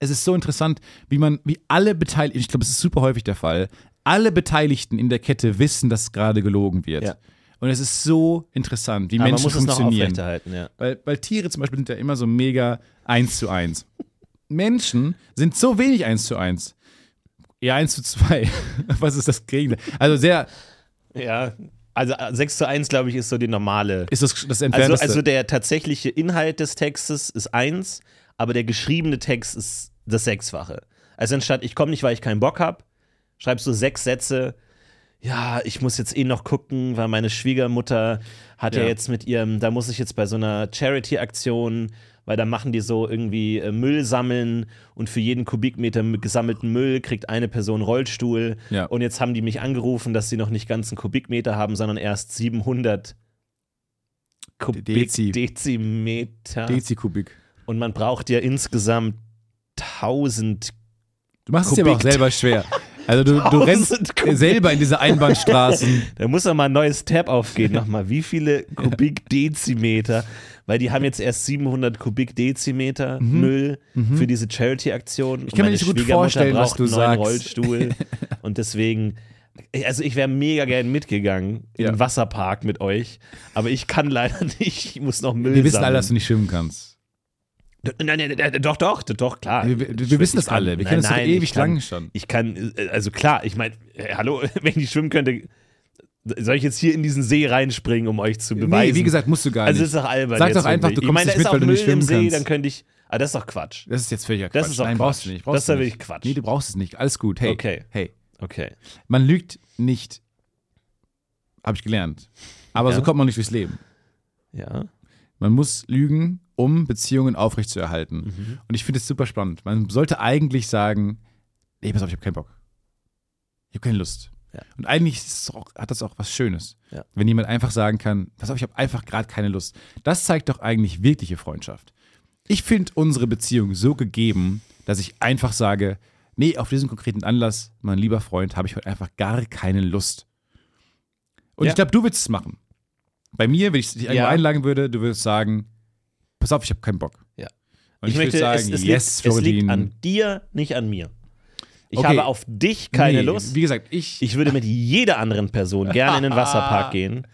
es ist so interessant, wie man, wie alle Beteiligten, ich glaube, es ist super häufig der Fall, alle Beteiligten in der Kette wissen, dass gerade gelogen wird. Ja. Und es ist so interessant, wie Aber man Menschen muss es noch funktionieren. aufrechterhalten, ja. weil, weil Tiere zum Beispiel sind ja immer so mega eins zu eins. Menschen sind so wenig eins zu eins. Ja, eins zu zwei. Was ist das Gegenteil? Also sehr, Ja. Also äh, 6 zu 1, glaube ich, ist so die normale. ist das das Also, Entfernteste. also der tatsächliche Inhalt des Textes ist eins, aber der geschriebene Text ist das Sechsfache. Also anstatt ich komme nicht, weil ich keinen Bock habe, schreibst du sechs Sätze. Ja, ich muss jetzt eh noch gucken, weil meine Schwiegermutter hat ja, Ja. jetzt mit ihrem, da muss ich jetzt bei so einer Charity-Aktion, weil da machen die so irgendwie äh, Müll sammeln und für jeden Kubikmeter m- gesammelten Müll kriegt eine Person Rollstuhl. Ja. Und jetzt haben die mich angerufen, dass sie noch nicht ganzen Kubikmeter haben, sondern erst 700 Kubik Dezi. Dezimeter. Dezikubik. und man braucht ja insgesamt 1000. Du machst es dir aber auch Kubik. selber schwer. Also du, du rennst Tausend Kubik. selber in diese Einbahnstraßen. Da muss doch mal ein neues Tab aufgehen. Nochmal, wie viele Kubik Dezimeter? Weil die haben jetzt erst 700 Kubik Dezimeter Müll für diese Charity-Aktion. Ich Mhm. kann mir nicht so gut vorstellen, was braucht du einen sagst. neuen Rollstuhl. und deswegen, also ich wäre mega gern mitgegangen in Ja. den Wasserpark mit euch. Aber ich kann leider nicht. Ich muss noch Müll Wir wissen sammeln. alle, dass du nicht schwimmen kannst. Nein, nein, nein, doch, doch, doch, klar. Wir, wir, wir wissen das Ich kann- alle. Wir nein, kennen das nein, so ewig ich kann, lang schon. Ich kann, äh, also klar, ich meine, äh, hallo, wenn ich schwimmen könnte, soll ich jetzt hier in diesen See reinspringen, um euch zu beweisen? Nee, wie gesagt, musst du gar also nicht. ist doch albern. Sag jetzt doch einfach, irgendwie. du Ich kommst meine, da nicht ist mit, auch weil du Müll nicht schwimmen im See, kannst. dann könnte ich, ah, das ist doch Quatsch. das ist jetzt völliger Quatsch. Das ist doch Nein, Quatsch. brauchst du nicht. Brauchst Das ist du ja nicht. wirklich Quatsch. Nee, du brauchst es nicht. Alles gut. Hey. Okay. Hey. Okay. Man lügt nicht Habe ich gelernt. Aber Ja. so kommt man nicht durchs Leben. Ja. Man muss lügen, um Beziehungen aufrechtzuerhalten. Mhm. Und ich finde es super spannend. Man sollte eigentlich sagen, nee, pass auf, ich habe keinen Bock. Ich habe keine Lust. Ja. Und eigentlich ist es auch, hat das auch was Schönes. Ja. Wenn jemand einfach sagen kann, pass auf, ich habe einfach gerade keine Lust. Das zeigt doch eigentlich wirkliche Freundschaft. Ich finde unsere Beziehung so gegeben, dass ich einfach sage, nee, auf diesen konkreten Anlass, mein lieber Freund, habe ich heute einfach gar keine Lust. Und Ja. ich glaube, du willst es machen. Bei mir, wenn ich dich irgendwo Ja. einladen würde, du würdest sagen, pass auf, ich habe keinen Bock. Ja. Und ich, würde sagen, yes, liegt, es liegt Florentin. an dir, nicht an mir. Ich Okay. habe auf dich keine Nee, Lust. Wie gesagt, ich, Ich würde mit jeder anderen Person gerne in den Wasserpark gehen.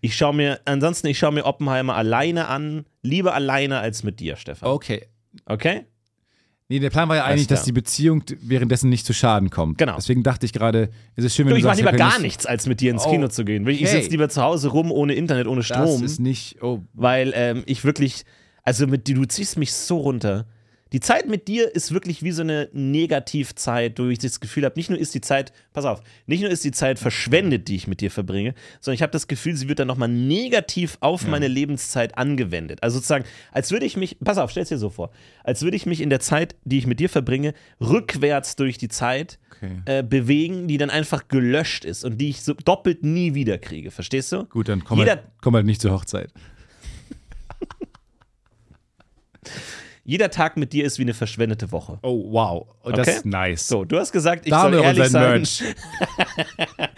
Ich schaue mir, ansonsten, ich schaue mir Oppenheimer alleine an, lieber alleine als mit dir, Stefan. Okay. Okay? Nee, der Plan war ja eigentlich, klar. dass die Beziehung d- währenddessen nicht zu Schaden kommt. Genau. Deswegen dachte ich gerade, es ist schön, wenn Du, du ich mache sagst, lieber wir können gar es- nichts, als mit dir ins Oh, Kino zu gehen. Ich okay. sitze lieber zu Hause rum, ohne Internet, ohne Das Strom, ist nicht, oh, weil ähm, ich wirklich, also mit dir, du ziehst mich so runter. Die Zeit mit dir ist wirklich wie so eine Negativzeit, wo ich das Gefühl habe, nicht nur ist die Zeit, pass auf, nicht nur ist die Zeit verschwendet, die ich mit dir verbringe, sondern ich habe das Gefühl, sie wird dann nochmal negativ auf meine Lebenszeit angewendet. Also sozusagen, als würde ich mich, pass auf, stell's dir so vor, als würde ich mich in der Zeit, die ich mit dir verbringe, rückwärts durch die Zeit Okay. äh, bewegen, die dann einfach gelöscht ist und die ich so doppelt nie wieder kriege. Verstehst du? gut, dann komm, Jeder- halt, komm halt nicht zur Hochzeit. Jeder Tag mit dir ist wie eine verschwendete Woche. Oh, wow. Oh, Das Okay. ist nice. So, du hast gesagt, ich da haben soll wir ehrlich unseren sein. Merch.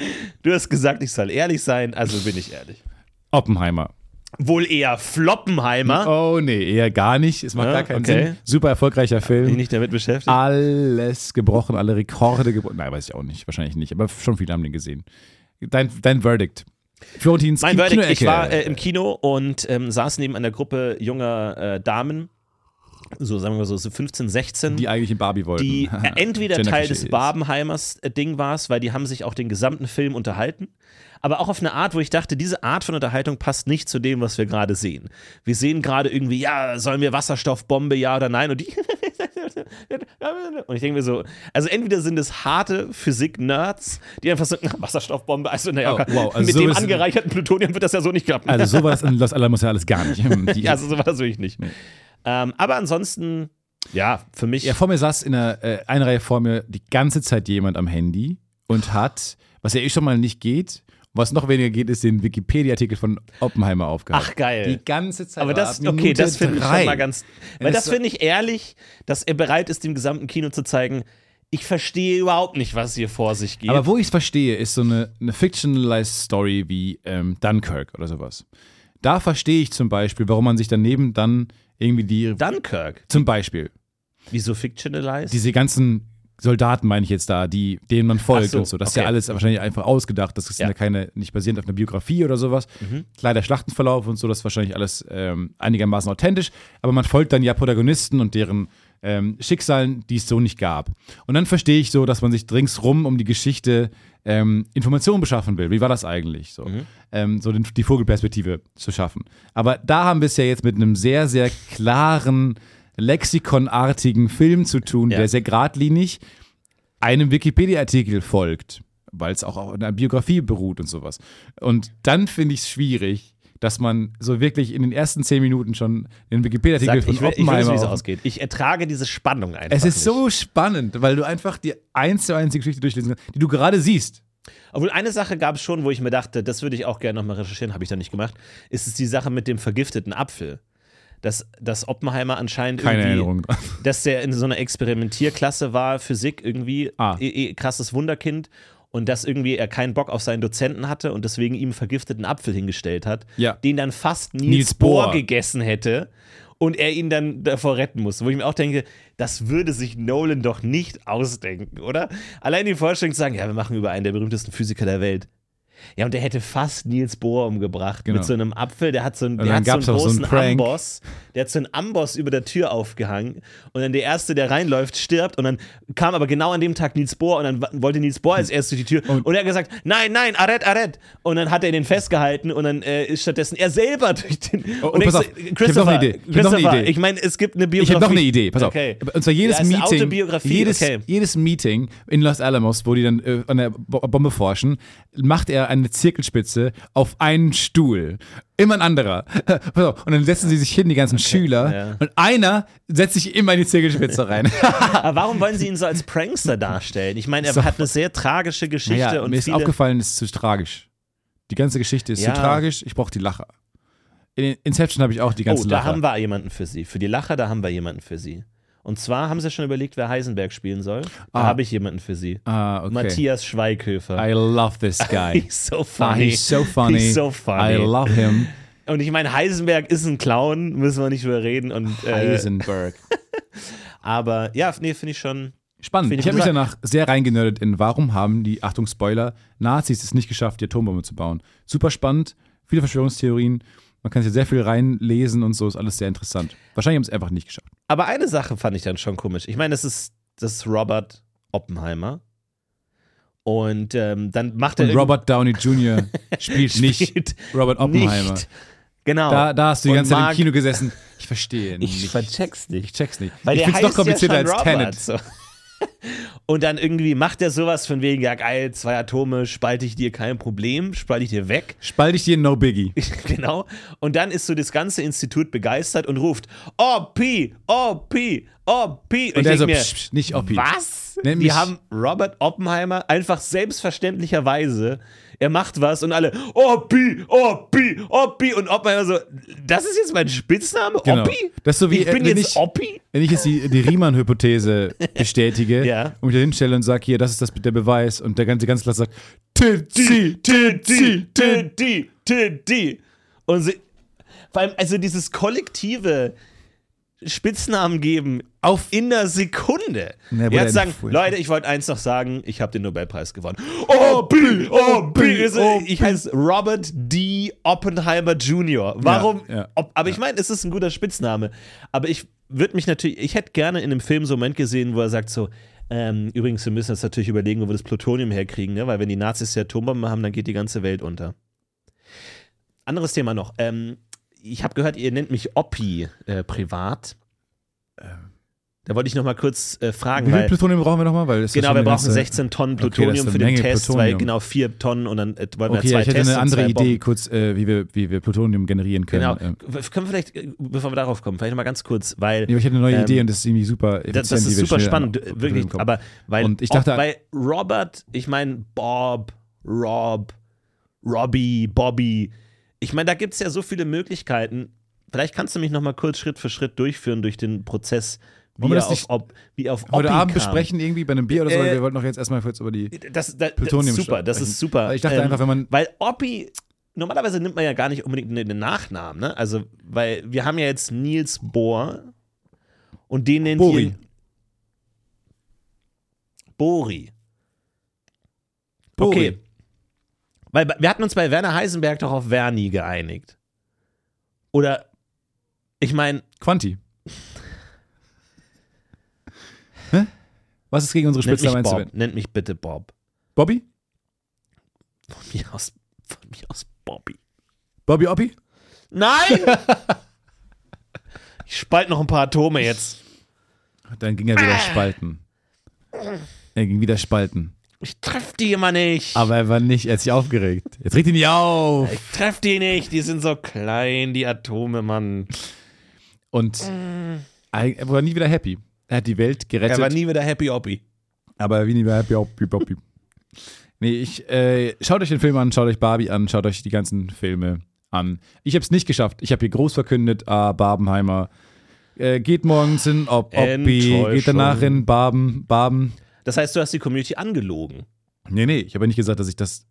Du hast gesagt, ich soll ehrlich sein, also bin ich ehrlich. Oppenheimer. Wohl eher Floppenheimer. Oh, nee, eher gar nicht. Es macht Ah. Ja, gar keinen okay. Sinn. Super erfolgreicher Bin ich Film. nicht damit beschäftigt. Ah, Alles gebrochen, alle Rekorde gebrochen. Nein, weiß ich auch nicht. Wahrscheinlich nicht. Aber schon viele haben den gesehen. Dein, dein Verdict. Florentins mein Ki- Verdict, ich Kinoecke. war äh, im Kino und ähm, saß neben einer Gruppe junger äh, Damen, so sagen wir mal so, so 15, 16. die eigentlich in Barbie wollten. die äh, entweder Gender Teil des Klischees. Barbenheimers äh, Ding war es, weil die haben sich auch den gesamten Film unterhalten, aber auch auf eine Art, wo ich dachte, diese Art von Unterhaltung passt nicht zu dem, was wir gerade sehen. Wir sehen gerade irgendwie, ja, sollen wir Wasserstoffbombe, ja oder nein? Und die und ich denke mir so, also entweder sind es harte Physik-Nerds, die einfach so, na, Wasserstoffbombe, also naja, Oh, wow, also mit so dem ist- angereicherten Plutonium wird das ja so nicht klappen. Also sowas in Los Alamos ja alles gar nicht. Hm, Die, ja, also so war das wirklich nicht. Ähm, aber ansonsten, ja, für mich. ja, vor mir saß in einer äh, eine Reihe vor mir die ganze Zeit jemand am Handy und hat, was ja eh schon mal nicht geht, was noch weniger geht, ist den Wikipedia-Artikel von Oppenheimer aufgehabt. Ach, geil. Die ganze Zeit. Aber war das, ab okay, das Minute finde ich schon drei. mal ganz. Weil das das war- finde ich ehrlich, dass er bereit ist, dem gesamten Kino zu zeigen, ich verstehe überhaupt nicht, was hier vor sich geht. Aber wo ich es verstehe, ist so eine, eine fictionalized Story wie ähm, Dunkirk oder sowas. Da verstehe ich zum Beispiel, warum man sich daneben dann irgendwie die. Dunkirk, zum Beispiel. wieso fictionalized? diese ganzen Soldaten meine ich jetzt da, die, denen man folgt Ach so, und so. Das ist okay. ja alles wahrscheinlich einfach ausgedacht. Das ist Ja. Mhm. ja keine, nicht basierend auf einer Biografie oder sowas. Klar, der Schlachtenverlauf und so, das ist wahrscheinlich alles ähm, einigermaßen authentisch. Aber man folgt dann ja Protagonisten und deren ähm, Schicksalen, die es so nicht gab. Und dann verstehe ich so, dass man sich ringsrum um die Geschichte ähm, Informationen beschaffen will. Wie war das eigentlich? So, Mhm. ähm, so den, die Vogelperspektive zu schaffen. Aber da haben wir es ja jetzt mit einem sehr, sehr klaren, lexikonartigen Film zu tun, Ja. der sehr geradlinig einem Wikipedia-Artikel folgt, weil es auch auf einer Biografie beruht und sowas. Und dann finde ich es schwierig, dass man so wirklich in den ersten zehn Minuten schon den Wikipedia-Artikel Sagt, von ich, will, ich will Oppenheimer wissen, wie es auf- ausgeht. Ich ertrage diese Spannung einfach. es ist nicht. so spannend, weil du einfach die eins zu eins die Geschichte durchlesen kannst, die du gerade siehst. Obwohl eine Sache gab es schon, wo ich mir dachte, das würde ich auch gerne nochmal recherchieren, habe ich da nicht gemacht. Ist es die Sache mit dem vergifteten Apfel? Dass, dass Oppenheimer anscheinend Keine irgendwie, Erinnerung. dass der in so einer Experimentierklasse war, Physik irgendwie, Ah. eh, eh, krasses Wunderkind. Und dass irgendwie er keinen Bock auf seinen Dozenten hatte und deswegen ihm vergifteten Apfel hingestellt hat, Ja. den dann fast Nils, Niels Bohr. Bohr. gegessen hätte und er ihn dann davor retten muss. Wo ich mir auch denke, das würde sich Nolan doch nicht ausdenken, oder? Allein die Vorstellung zu sagen, ja, wir machen über einen der berühmtesten Physiker der Welt. Ja, und der hätte fast Niels Bohr umgebracht Genau. mit so einem Apfel. Der hat so einen, Und der dann hat so einen gab's auch so einen großen Prank. Amboss, der hat so einen Amboss über der Tür aufgehangen und dann der Erste, der reinläuft, stirbt und dann kam aber genau an dem Tag Nils Bohr und dann wa- wollte Nils Bohr als erst durch die Tür und, er hat gesagt, nein, nein, arrett, arrett. Und dann hat er den festgehalten und dann äh, ist stattdessen er selber durch den... Oh, oh, und pass so, auf, ich hab noch eine Idee, ich hab noch eine Christopher, Idee. ich meine, es gibt eine Biografie. Ich habe noch eine Idee, pass auf. Okay. Und zwar jedes Ja, ist eine Meeting, Autobiografie, jedes, okay. jedes Meeting in Los Alamos, wo die dann äh, an der Bo Bombe forschen, macht er eine Zirkelspitze auf einen Stuhl. Immer ein anderer. Pass auf. Und dann setzen sie sich hin, die ganzen Schüler, ja. und einer setzt sich immer in die Zirkelspitze rein. Aber warum wollen sie ihn so als Prankster darstellen? Ich meine, er So. hat eine sehr tragische Geschichte ja, und mir ist viele, aufgefallen, es ist zu tragisch. Die ganze Geschichte ist Ja. zu tragisch, ich brauche die Lacher. In Inception habe ich auch die Oh, ganzen da Lacher. haben wir jemanden für Sie. Für die Lacher, da haben wir jemanden für Sie. Und zwar haben Sie schon überlegt, wer Heisenberg spielen soll. Da Ah. habe ich jemanden für Sie. ah, okay. Matthias Schweighöfer. I love this guy. He's so Ah, funny. he's so funny. He's so funny. I love him. Und ich meine, Heisenberg ist ein Clown, müssen wir nicht drüber reden. Und, äh, Heisenberg. aber ja, nee, finde ich schon. Spannend. Finde ich Ich habe mich gut. danach sehr reingenördet in, warum haben die, Achtung, Spoiler, Nazis es nicht geschafft, die Atombombe zu bauen. Super spannend, viele Verschwörungstheorien. Man kann sich sehr viel reinlesen und so, ist alles sehr interessant. Wahrscheinlich haben sie es einfach nicht geschafft. Aber eine Sache fand ich dann schon komisch. Ich meine, das ist, das ist Robert Oppenheimer. Und ähm, dann macht er. Und Robert Downey Jr. spielt nicht Spielt Robert Oppenheimer. Nicht. Genau. Da, da hast du die Und ganze Zeit Mark- im Kino gesessen. Ich verstehe Ich nicht. vercheck's nicht. Ich check's nicht. Weil ich der find's heißt noch komplizierter ja schon als Robert, Tenet. So. Und dann irgendwie macht er sowas von wegen, ja geil, zwei Atome, spalte ich dir kein Problem, spalte ich dir weg. Spalt ich dir No Biggie. genau. Und dann ist so das ganze Institut begeistert und ruft, oh Pi, oh Pi, oh Pi. Und er ich so, denk mir, psch, psch, nicht Oppi. was? Nenn Die mich- haben Robert Oppenheimer einfach selbstverständlicherweise, er macht was und alle, oh Pi, oh Pi, oh Pi. Und Oppenheimer so, das ist jetzt mein Spitzname, Genau. Oppi? Das ist so wie, ich bin wenn jetzt ich- Oppi? Wenn ich jetzt die, die Riemann-Hypothese bestätige Ja. und mich da hinstelle und sage, hier, das ist das, der Beweis, und der ganze, ganze Klasse sagt, Tizi, Tizi, Tizi. Titi, Titi. Und sie, vor allem, also dieses kollektive Spitznamen geben auf in der Sekunde. Na, Jetzt Bruder, sagen, nicht furchtbar. Leute, ich wollte eins noch sagen, ich habe den Nobelpreis gewonnen. Oh, Bill, oh, Bill. Also, oh, ich heiße Robert D. Oppenheimer Jr. Warum? Ja, ja. ob, aber ich meine, es ist ein guter Spitzname. Aber ich würde mich natürlich, ich hätte gerne in einem Film so einen Moment gesehen, wo er sagt so, ähm, übrigens, wir müssen jetzt natürlich überlegen, wo wir das Plutonium herkriegen, ne? weil wenn die Nazis die Atombombe haben, dann geht die ganze Welt unter. Anderes Thema noch. Ähm, ich habe gehört, ihr nennt mich Oppi äh, privat. Ähm. Da wollte ich noch mal kurz äh, Wie fragen, viel weil Plutonium brauchen wir nochmal? Weil es ist ja genau, schon wir eine brauchen ganze- 16 Tonnen Okay, das Plutonium ist eine für den Menge Test, weil Plutonium. genau 4 Tonnen und dann äh, wollen wir Okay, zwei ich hätte Tests eine und andere zwei Bomben. Idee, kurz, äh, wie, wir, wie wir Plutonium generieren können. Genau. Ähm, W- Können wir vielleicht, äh, bevor wir darauf kommen, vielleicht noch mal ganz kurz, weil nee, aber ich hätte eine neue Ähm, Idee und das ist irgendwie super das, effizient. das wie ist wir super schnell spannend, äh, an Plutonium wirklich. kommen. Aber weil, Und ich dachte- auch bei Robert, ich meine Bob, Rob, Robbie, Bobby, ich meine, da gibt es ja so viele Möglichkeiten. Vielleicht kannst du mich noch mal kurz Schritt für Schritt durchführen durch den Prozess, wie Wollen wir er das auf, nicht ob, wie er auf Oppi heute Abend kam. besprechen irgendwie bei einem Bier oder so, Äh, weil wir wollten noch jetzt erstmal kurz über die Das, da, das Plutonium ist super, das ist sprechen. super. ähm, Ich dachte einfach, wenn man- Weil Oppi, normalerweise nimmt man ja gar nicht unbedingt einen Nachnamen, ne? Also, weil wir haben ja jetzt Niels Bohr und den nennt Bori. ihr. Bori. Bori. Okay. Weil wir hatten uns bei Werner Heisenberg doch auf Werni geeinigt. Oder, ich meine, Quanti. Hä? Was ist gegen unsere nennt mich Spitznamen zu Bob. wenden? Nennt mich bitte Bob. Bobby? Von mir aus, von mir aus Bobby. Bobby Oppi? Nein! ich spalte noch ein paar Atome jetzt. Dann ging er wieder spalten. Er ging wieder spalten. Ich treff die immer nicht. Aber er war nicht, er hat sich aufgeregt. Jetzt regt ihn nicht auf! ich treff die nicht. Die sind so klein, die Atome, Mann. Und eig- er war nie wieder happy. Er hat die Welt gerettet, Er war nie wieder Happy Oppy. aber er war nie wieder happy. happy, happy. Nee, ich, äh, schaut euch den Film an, schaut euch Barbie an, schaut euch die ganzen Filme an. Ich habe es nicht geschafft. Ich habe hier groß verkündet, ah, Barbenheimer. Äh, geht morgens in Ob Oppi, Enttäuschung. geht danach in Barben, Barben. Das heißt, du hast die Community angelogen. Nee, nee, ich habe ja nicht gesagt, dass ich das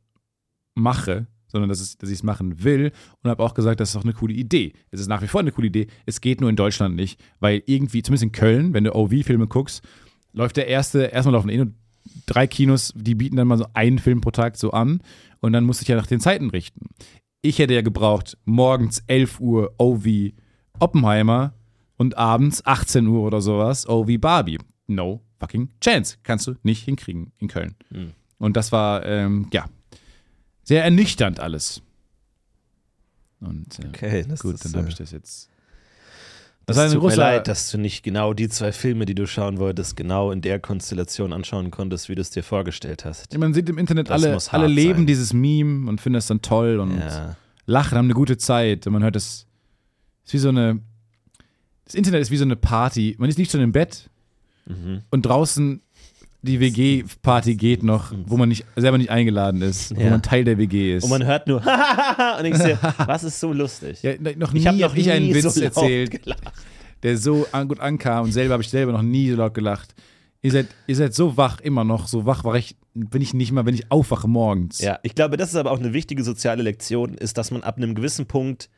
mache, sondern dass ich es machen will und habe auch gesagt, das ist auch eine coole Idee. Es ist nach wie vor eine coole Idee. Es geht nur in Deutschland nicht, weil irgendwie, zumindest in Köln, wenn du OV-Filme guckst, läuft der erste, erstmal laufen eh nur drei Kinos, die bieten dann mal so einen Film pro Tag so an und dann musst du dich ja nach den Zeiten richten. Ich hätte ja gebraucht, morgens 11 Uhr OV Oppenheimer und abends 18 Uhr oder sowas, oh wie Barbie. No fucking chance. Kannst du nicht hinkriegen in Köln. Hm. Und das war, ähm, ja, sehr ernüchternd alles. Und äh, Okay, das gut, ist, dann habe äh, ich das jetzt. Das war ein tut mir großer- leid, dass du nicht genau die zwei Filme, die du schauen wolltest, genau in der Konstellation anschauen konntest, wie du es dir vorgestellt hast. Ja, Man sieht im Internet Das alle, muss hart alle leben sein. dieses Meme und finden das dann toll und Ja. lachen, haben eine gute Zeit und man hört das. Ist wie so eine. Das Internet ist wie so eine Party. Man ist nicht schon im Bett Mhm. und draußen die WG-Party geht noch, wo man nicht, selber nicht eingeladen ist, wo Ja. man Teil der WG ist. Und man hört nur, und ich sehe, was ist so lustig? ja, noch nie ich habe noch hab ich einen nie Witz so laut erzählt, gelacht. der so an, gut ankam und selber habe ich selber noch nie so laut gelacht. Ihr seid, ihr seid so wach immer noch, so wach war ich, bin ich nicht mal, wenn ich aufwache morgens. Ja, ich glaube, das ist aber auch eine wichtige soziale Lektion, ist, dass man ab einem gewissen Punkt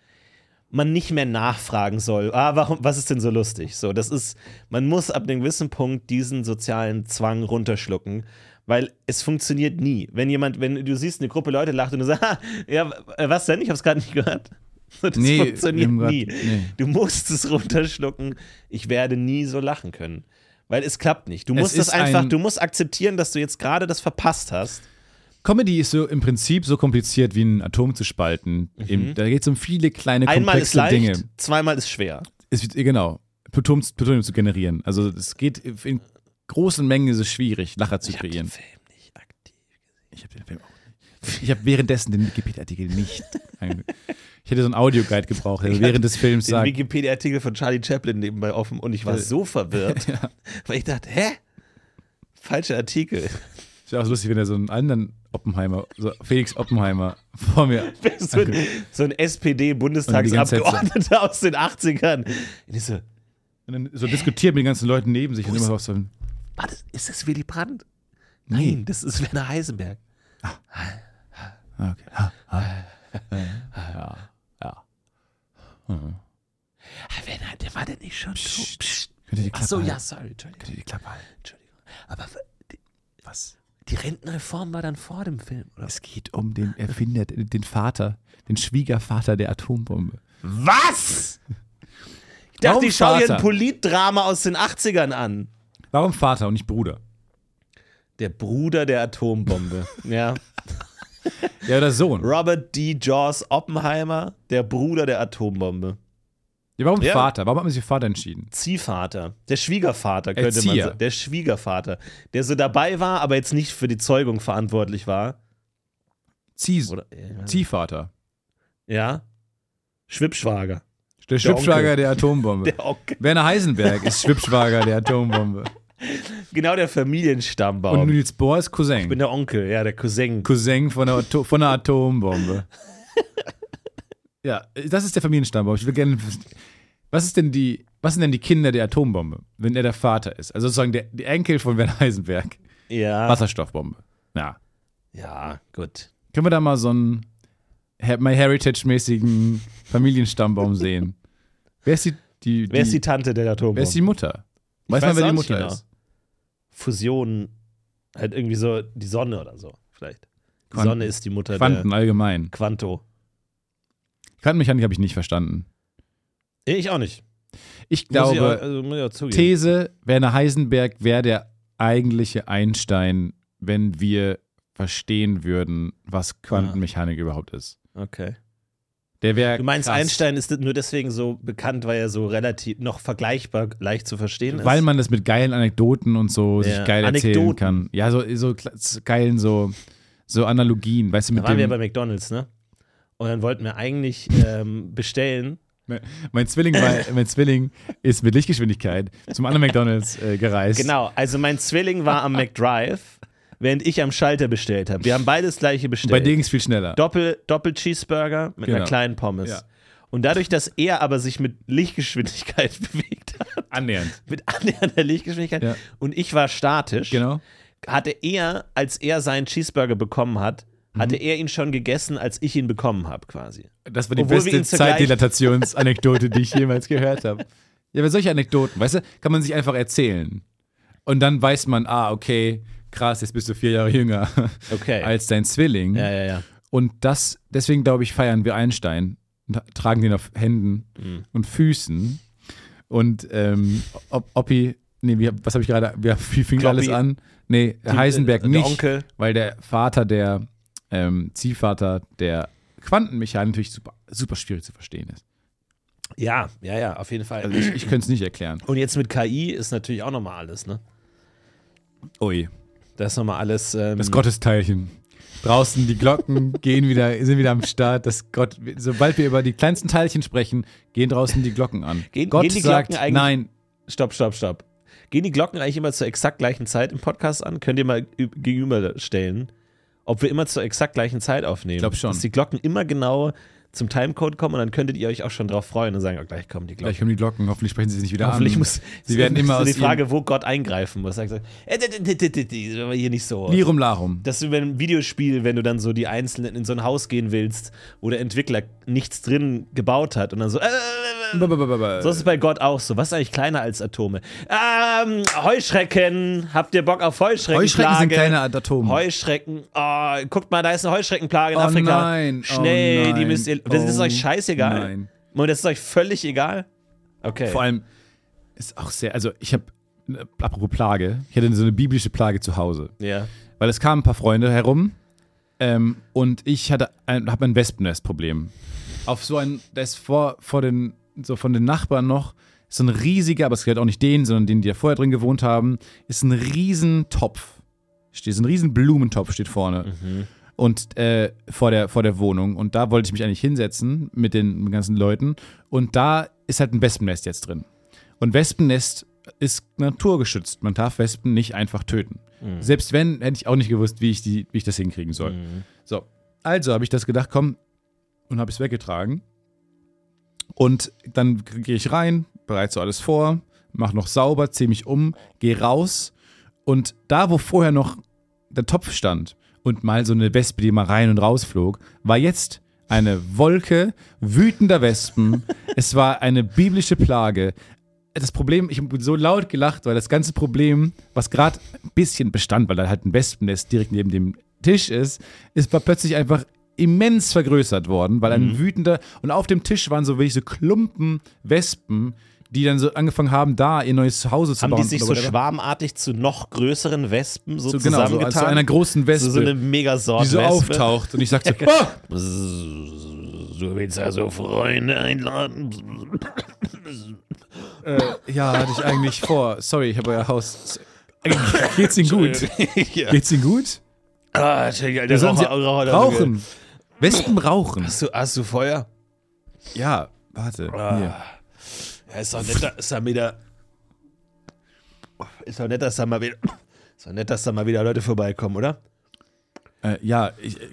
man nicht mehr nachfragen soll. Ah, warum, was ist denn so lustig? So, das ist, man muss ab einem gewissen Punkt diesen sozialen Zwang runterschlucken, weil es funktioniert nie. Wenn jemand, wenn du siehst, eine Gruppe Leute lacht und du sagst, ja, äh, was denn? Ich hab's gerade nicht gehört. So, Das Nee, funktioniert wir haben grad- nie. nee. Du musst es runterschlucken. Ich werde nie so lachen können. Weil es klappt nicht. Du Es musst es ist einfach, ein- du musst akzeptieren, dass du jetzt gerade das verpasst hast. Comedy ist so im Prinzip so kompliziert wie ein Atom zu spalten. Eben, da geht es um viele kleine Mhm. Einmal ist komplexe leicht, Dinge. zweimal ist schwer. Es wird, genau, Plutonium, Plutonium zu generieren. Also es geht in großen Mengen ist es schwierig, Lacher zu kreieren. Film nicht aktiv. Ich habe den Film auch nicht. Ich habe währenddessen den Wikipedia-Artikel nicht. ange- Ich hätte so einen Audioguide gebraucht, der während des Films Den sagt. Wikipedia-Artikel von Charlie Chaplin nebenbei offen und ich war so verwirrt, weil ich dachte, hä? Falscher Artikel. Es wäre auch lustig, wenn er so einen anderen Oppenheimer, so Felix Oppenheimer vor mir. So ein, so ein Und SPD-Bundestagsabgeordneter aus den 80ern. Und ich so, Und dann so diskutiert mit den ganzen Leuten neben sich. Und immer so, war das, ist das Willy Brandt? Nee. Nein, das ist Werner Heisenberg. ah, okay. Ah, Ah, Werner, der war denn nicht schon tot? Psst. könnt ihr die Ach Klappe so, halten? ja, sorry, Entschuldigung. Könnt ihr die Klappe halten? Entschuldigung. Aber die, Was? die Rentenreform war dann vor dem Film, oder? Es geht um den Erfinder, den Vater, den Schwiegervater der Atombombe. Was? Ich dachte, Warum ich schaue hier ein Vater? Politdrama aus den 80ern an. Warum Vater und nicht Bruder? Der Bruder der Atombombe. ja. Ja, oder Sohn. Robert D. Jaws Oppenheimer, der Bruder der Atombombe. Ja, warum Ja. Vater? Warum hat man sich für Vater entschieden? Ziehvater. Der Schwiegervater, Äh, könnte man Erzieher. sagen. Der Schwiegervater. Der so dabei war, aber jetzt nicht für die Zeugung verantwortlich war. Zieh, Oder, ja. Ziehvater. ja. Schwippschwager. Der Schwippschwager der Atombombe. Der Onkel. Werner Heisenberg ist Schwippschwager der Atombombe. Genau der Familienstammbaum. Und Niels Bohr ist Cousin. ich Oh. bin der Onkel, ja, der Cousin. Cousin von der, Ato von der Atombombe. ja, das ist der Familienstammbaum. Ich will gerne. wissen, Was ist denn die. Was sind denn die Kinder der Atombombe, wenn er der Vater ist? Also sozusagen der, der Enkel von Werner Heisenberg. Ja. Wasserstoffbombe. Ja. Ja, gut. Können wir da mal so einen MyHeritage-mäßigen Familienstammbaum sehen? Wer ist die, die, die, Wer ist die Tante der Atombombe? wer ist die Mutter? weiß Weiß man, wer auch die nicht Mutter genau. ist? Fusion, halt irgendwie so die Sonne oder so, vielleicht. Die Quanten- Sonne ist die Mutter Quanten der allgemein. Quanto. Quantenmechanik habe ich nicht verstanden. Ich auch nicht. Ich muss ich auch, glaube, also, muss ich auch zugeben. These, Werner Heisenberg wäre der eigentliche Einstein, wenn wir verstehen würden, was Quantenmechanik überhaupt ist. Okay. Der wäre Du meinst, krass, Einstein ist nur deswegen so bekannt, weil er so relativ noch vergleichbar leicht zu verstehen ist. Weil man das mit geilen Anekdoten und so Ja, sich geil erzählen Anekdoten. kann. Ja, so, so kla- so geilen so, so Analogien, weißt du, da mit waren wir dem. bei McDonalds, ne? Und dann wollten wir eigentlich ähm, bestellen. mein, ne, mein, Zwilling war, mein Zwilling ist mit Lichtgeschwindigkeit zum anderen McDonalds äh, gereist. Genau, also mein Zwilling war am McDrive, während ich am Schalter bestellt habe. Wir haben beides gleiche bestellt. Bei denen ist viel schneller. Doppel, Doppel-Cheeseburger mit einer Genau. kleinen Pommes. Ja. Und dadurch, dass er aber sich mit Lichtgeschwindigkeit bewegt hat, Annähernd. mit annähernder Lichtgeschwindigkeit, Ja. und ich war statisch, Genau. hatte er, als er seinen Cheeseburger bekommen hat, Mhm. hatte er ihn schon gegessen, als ich ihn bekommen habe, quasi. Das war die Obwohl wir beste ihn zugleich- Zeitdilatationsanekdote, die ich jemals gehört habe. Ja, aber solche Anekdoten, weißt du, kann man sich einfach erzählen. Und dann weiß man, ah, okay, krass, jetzt bist du vier Jahre jünger Okay. als dein Zwilling. ja, ja, ja. Und das, deswegen glaube ich, feiern wir Einstein. und tragen den auf Händen und Füßen. Und ähm, Op- Oppi, nee, wie, was habe ich gerade, wie, wie fing alles an? Nee, Heisenberg äh, der nicht, Onkel. weil der Vater der, ähm, Ziehvater der Quantenmechanik natürlich super, super schwierig zu verstehen ist. Ja, ja, ja, auf jeden Fall. Also ich, ich könnte es nicht erklären. Und jetzt mit KI ist natürlich auch nochmal alles, ne? Ui. Da ist nochmal alles. Ähm, Das Gottesteilchen. Draußen die Glocken gehen wieder, sind wieder am Start. Das Gott, sobald wir über die kleinsten Teilchen sprechen, gehen draußen die Glocken an. Gehen- Gott gehen die sagt, Glocken eigentlich- nein, Stopp, stopp, stopp. Gehen die Glocken eigentlich immer zur exakt gleichen Zeit im Podcast an? Könnt ihr mal ü- gegenüberstellen, ob wir immer zur exakt gleichen Zeit aufnehmen? Ich glaub schon. Dass die Glocken immer genau zum Timecode kommen und dann könntet ihr euch auch schon drauf freuen und sagen, oh, gleich kommen die Glocken. gleich kommen die Glocken, hoffentlich sprechen sie es nicht wieder Hoffentlich an. muss sie werden immer so aus die Frage, ihrem wo Gott eingreifen muss. Er sagt, äh, d- d- d- d- d- aber hier nicht so. Lirum Larum. Das ist wie bei einem Videospiel, wenn du dann so die Einzelnen in so ein Haus gehen willst, wo der Entwickler nichts drin gebaut hat und dann so. Äh, äh, äh, Ba, ba, ba, ba, ba. so ist es bei Gott auch so. Was ist eigentlich kleiner als Atome? Ähm, Heuschrecken. Habt ihr Bock auf Heuschrecken? Heuschrecken sind kleine Atome. Heuschrecken. Oh, guckt mal, da ist eine Heuschreckenplage in Oh Afrika. nein, oh Schnell, die nein, müsst ihr. Das ist oh euch scheißegal. nein. Und das ist euch völlig egal. Okay. Vor allem ist auch sehr, also ich habe, apropos Plage, ich hatte so eine biblische Plage zu Hause. Ja. Weil es kamen ein paar Freunde herum ähm, und ich hatte ein, hab ein Wespennest-Problem. Auf so ein, da ist vor, vor den, so von den Nachbarn noch, ist so ein riesiger, aber es gehört auch nicht denen, sondern denen, die da vorher drin gewohnt haben, ist ein riesen Topf. Steht, ist ein riesen Blumentopf steht vorne. Und äh, vor, der, vor der Wohnung. Und da wollte ich mich eigentlich hinsetzen mit den ganzen Leuten. Und da ist halt ein Wespennest jetzt drin. Und Wespennest ist naturgeschützt. Man darf Wespen nicht einfach töten. Selbst wenn, hätte ich auch nicht gewusst, wie ich, die, wie ich das hinkriegen soll. So, also habe ich das gedacht, komm, und habe es weggetragen. Und dann gehe ich rein, bereite so alles vor, mache noch sauber, ziehe mich um, gehe raus. Und da, wo vorher noch der Topf stand und mal so eine Wespe, die mal rein und raus flog, war jetzt eine Wolke wütender Wespen. es war eine biblische Plage. Das Problem, ich habe so laut gelacht, weil das ganze Problem, was gerade ein bisschen bestand, weil da halt ein Wespennest direkt neben dem Tisch ist, ist war plötzlich einfach immens vergrößert worden, weil Mhm. ein wütender und auf dem Tisch waren so wirklich so Klumpen Wespen, die dann so angefangen haben, da ihr neues Zuhause zu Haben bauen. die sich so oder whatever. schwarmartig zu noch größeren Wespen so, so genau, so, zusammengetan? zu einer großen Wespe. so, so eine Megasort die so auftaucht und ich sagte, so, ah! Du willst also Freunde einladen? ja, hatte ich eigentlich vor. Sorry, ich habe euer Haus. Geht's Ihnen gut? ja. Geht's Ihnen gut? Ah, Entschuldigung, Alter, Sollen Sie Raucher- Raucher- rauchen? Wespen rauchen. Hast du, hast du Feuer? Ja, warte. Ah. Hier. Ja, ist doch nett, dass da wieder. Ist doch nett, dass da mal wieder. Ist doch nett, dass da mal wieder Leute vorbeikommen, oder? Äh, ja, ich, äh,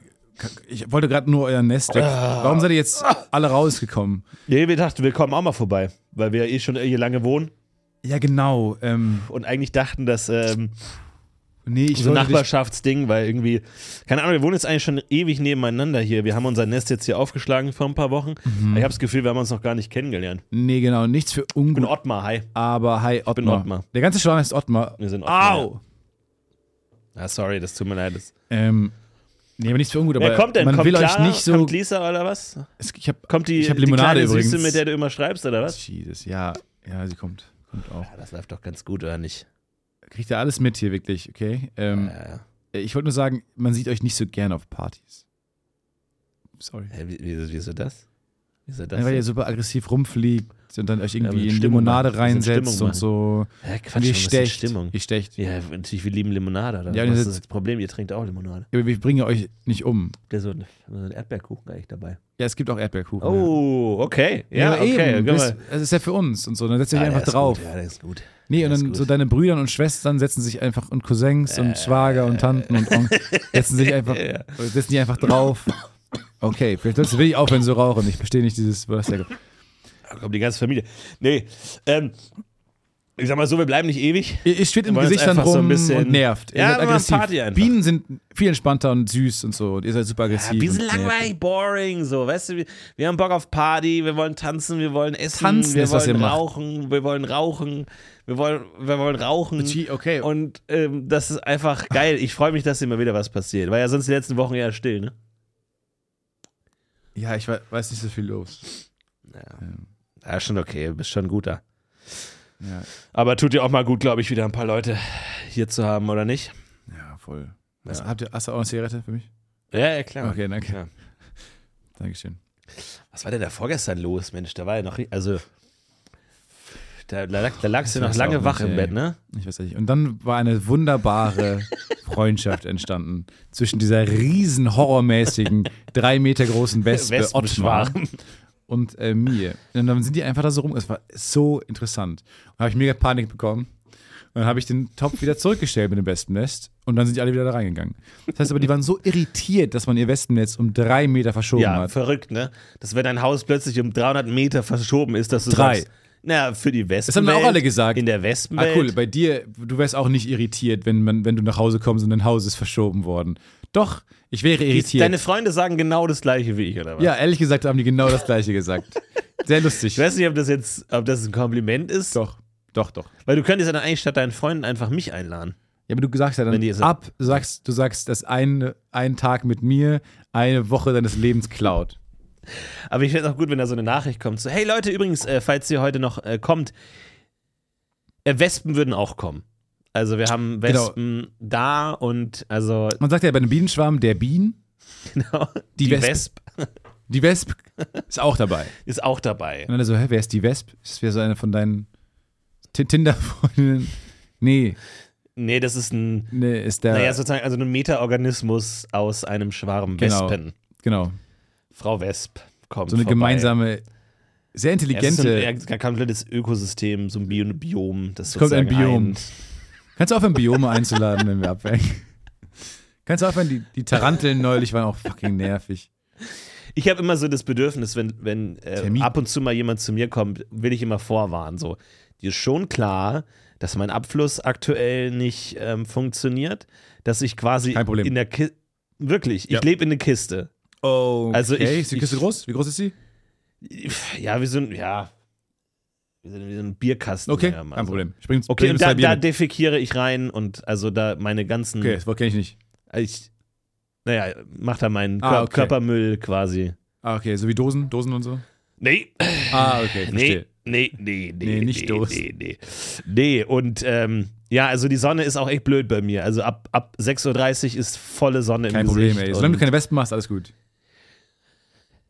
ich wollte gerade nur euer Nest weg. Ah. Warum seid ihr jetzt alle rausgekommen? Nee, wir dachten, wir kommen auch mal vorbei, weil wir eh schon hier lange wohnen Ja, genau. Ähm, und eigentlich dachten, dass. Ähm, nee, ich so ein wollte dich, Nachbarschaftsding, weil irgendwie, keine Ahnung, wir wohnen jetzt eigentlich schon ewig nebeneinander hier. Wir haben unser Nest jetzt hier aufgeschlagen vor ein paar Wochen. Mhm. Aber Ich habe das Gefühl, wir haben uns noch gar nicht kennengelernt. Nee, genau. Nichts für Ich bin ungut. Ottmar, hi. Aber hi, Ottmar. bin Ottmar. Der ganze Schwarm heißt Ottmar. Wir sind Ottmar, Au! Ah, sorry, das tut mir leid. Das- Ähm, nee, aber nichts für ungut. Wer Aber kommt denn? man kommt will Clara? euch nicht so. Kommt Lisa oder was? Es- ich habe Kommt die, Ich hab die Limonade kleine Süße, übrigens. mit der du immer schreibst oder was? Jesus, ja, ja, sie kommt. Kommt auch. Ja, das läuft doch ganz gut, oder nicht? Kriegt ihr alles mit hier wirklich, okay? Ähm, Ja, ja. Ich wollte nur sagen, man sieht euch nicht so gern auf Partys. Sorry. Hä, wie- Wieso, wieso das? Wieso das? Ja, weil ihr denn? super aggressiv rumfliegt und dann euch wir irgendwie in müssen Stimmung Limonade machen. Wir müssen reinsetzt Stimmung und so. Hä, Und Quatsch, ihr ein bisschen stecht. Stimmung. Ihr stecht. Ja, natürlich, wir lieben Limonade. Oder? Ja, was das- ist das Problem? Ihr trinkt auch Limonade. Aber wir bringen euch nicht um. Der so ein so ein Erdbeerkuchen eigentlich dabei. Ja, es gibt auch Erdbeerkuchen. Oh, okay. ja. Ja, aber okay. eben. guck Das, mal. das ist ja für uns und so. Dann setzt ihr euch der einfach ist drauf. Gut, ja, der ist gut. Nee, Der und ist dann gut. Äh, so deine Brüder und Schwestern setzen sich einfach und Cousins und Schwager und Tanten und Onkel setzen sich einfach, setzen die einfach drauf. Okay, vielleicht sollst du wirklich aufhören zu rauchen. Ich verstehe nicht dieses, was der Da kommt die ganze Familie. Nee, ähm, ich sag mal so, wir bleiben nicht ewig. Ihr, ihr steht im Wir wollen jetzt Gesichtern einfach rum so ein bisschen- und nervt. Ihr Ja, seid wir machen aggressiv. Party einfach. Bienen sind viel entspannter und süß und so. Und ihr seid super aggressiv. Ja, ein bisschen und nervig. langweilig, boring, so, weißt du, wir, wir haben Bock auf Party, wir wollen tanzen, wir wollen essen, Tanzen wir ist, was wollen ihr macht. rauchen, wir wollen rauchen, wir wollen, wir wollen rauchen. Gee, okay. Und ähm, das ist einfach geil. Ich freue mich, dass immer wieder was passiert. War ja sonst die letzten Wochen eher still, ne? Ja, ich we- weiß nicht so viel los. Ähm, Ja, schon okay, bist schon ein guter. Ja, Aber tut dir auch mal gut, glaube ich, wieder ein paar Leute hier zu haben, oder nicht? ja voll. Ja. Habt ihr, hast du auch eine Zigarette für mich? Ja, ja, klar. Okay, danke. Ja. Dankeschön. Was war denn da vorgestern los, Mensch? Da war ja noch, ri- also, da, da, lag- da lagst du noch weiß auch lange nicht, wach im ey. Bett, ne? Ich weiß nicht. Und dann war eine wunderbare Freundschaft entstanden zwischen dieser riesen horrormäßigen, drei Meter großen Wespe Ottmar Wespenschwarm. und äh, mir. Und dann sind die einfach da so rum. Es war so interessant. Und habe ich mega Panik bekommen. Und dann habe ich den Topf wieder zurückgestellt mit dem Wespennest. Und dann sind die alle wieder da reingegangen. Das heißt aber, die waren so irritiert, dass man ihr Wespennetz um drei Meter verschoben Ja, hat. verrückt, ne? Dass wenn dein Haus plötzlich um 300 Meter verschoben ist, dass du Drei. sagst, na, für die Wespen. haben auch alle gesagt. In der Ah, Wespenwelt. cool. Bei dir, du wärst auch nicht irritiert, wenn, man, wenn du nach Hause kommst und dein Haus ist verschoben worden. Doch, ich wäre irritiert. Deine Freunde sagen genau das gleiche wie ich, oder was? Ja, ehrlich gesagt haben die genau das gleiche gesagt. Sehr lustig. Ich weiß nicht, ob das jetzt, ob das ein Kompliment ist, Doch, doch, doch. weil du könntest ja dann eigentlich statt deinen Freunden einfach mich einladen. Ja, aber du sagst ja Wenn dann die jetzt- ab, du sagst, du sagst, dass ein, ein Tag mit mir eine Woche deines Lebens klaut. Aber ich fände es auch gut, wenn da so eine Nachricht kommt, so, hey Leute, übrigens, äh, falls ihr heute noch äh, kommt, äh, Wespen würden auch kommen. Also wir haben Genau. Wespen da und also Man sagt ja bei einem Bienenschwarm, der Bienen, genau, Die Wesp- Wesp die Wesp ist auch dabei. ist auch dabei. Und dann so, hä, wer ist die Wesp? Ist das wieder so eine von deinen Ti- Tinder-Freundinnen? Nee, Nee, das ist ein, nee, ist der. naja, sozusagen also ein Metaorganismus aus einem Schwarm Genau. Wespen. genau. Frau Wesp kommt So eine vorbei. gemeinsame, sehr Ja, es ist so intelligente. ein, ja, ein komplettes Ökosystem, so ein Bio- Biom. Das kommt ein sozusagen Biom. Kannst du aufhören, Biome einzuladen, wenn wir abwägen? Kannst du aufhören, die, die Taranteln neulich waren auch fucking nervig. Ich habe immer so das Bedürfnis, wenn, wenn äh, Termin. ab und zu mal jemand zu mir kommt, will ich immer vorwarnen. So, dir ist schon klar, dass mein Abfluss aktuell nicht ähm, funktioniert, dass ich quasi Kein Problem. in der Kiste. Wirklich, Ja. ich lebe in der Kiste. Oh, Also ich- Ist die Kiste ich- groß? Wie groß ist sie? Ja, wir sind, ja. Wir sind wie so ein Bierkasten. Okay, ja, also. mal kein so. Problem. Ich bring's, Okay, bring's und Äh, da, drei Bier da mit. defekiere ich rein und also da meine ganzen. Okay, das Wort kenne ich nicht. Ich, naja, mach da meinen Ah, Kör- okay. Körpermüll quasi. Ah, okay, so wie Dosen, Dosen und so. Nee, Ah, okay, verstehe. Nee, nee, nee, nee. Nee, nicht nee, Dosen. Nee, nee. nee und ähm, ja, also die Sonne ist auch echt blöd bei mir. Also ab, ab 6.30 Uhr ist volle Sonne im Kein Gesicht. Problem, ey. Solange du und keine Wespen machst, alles gut.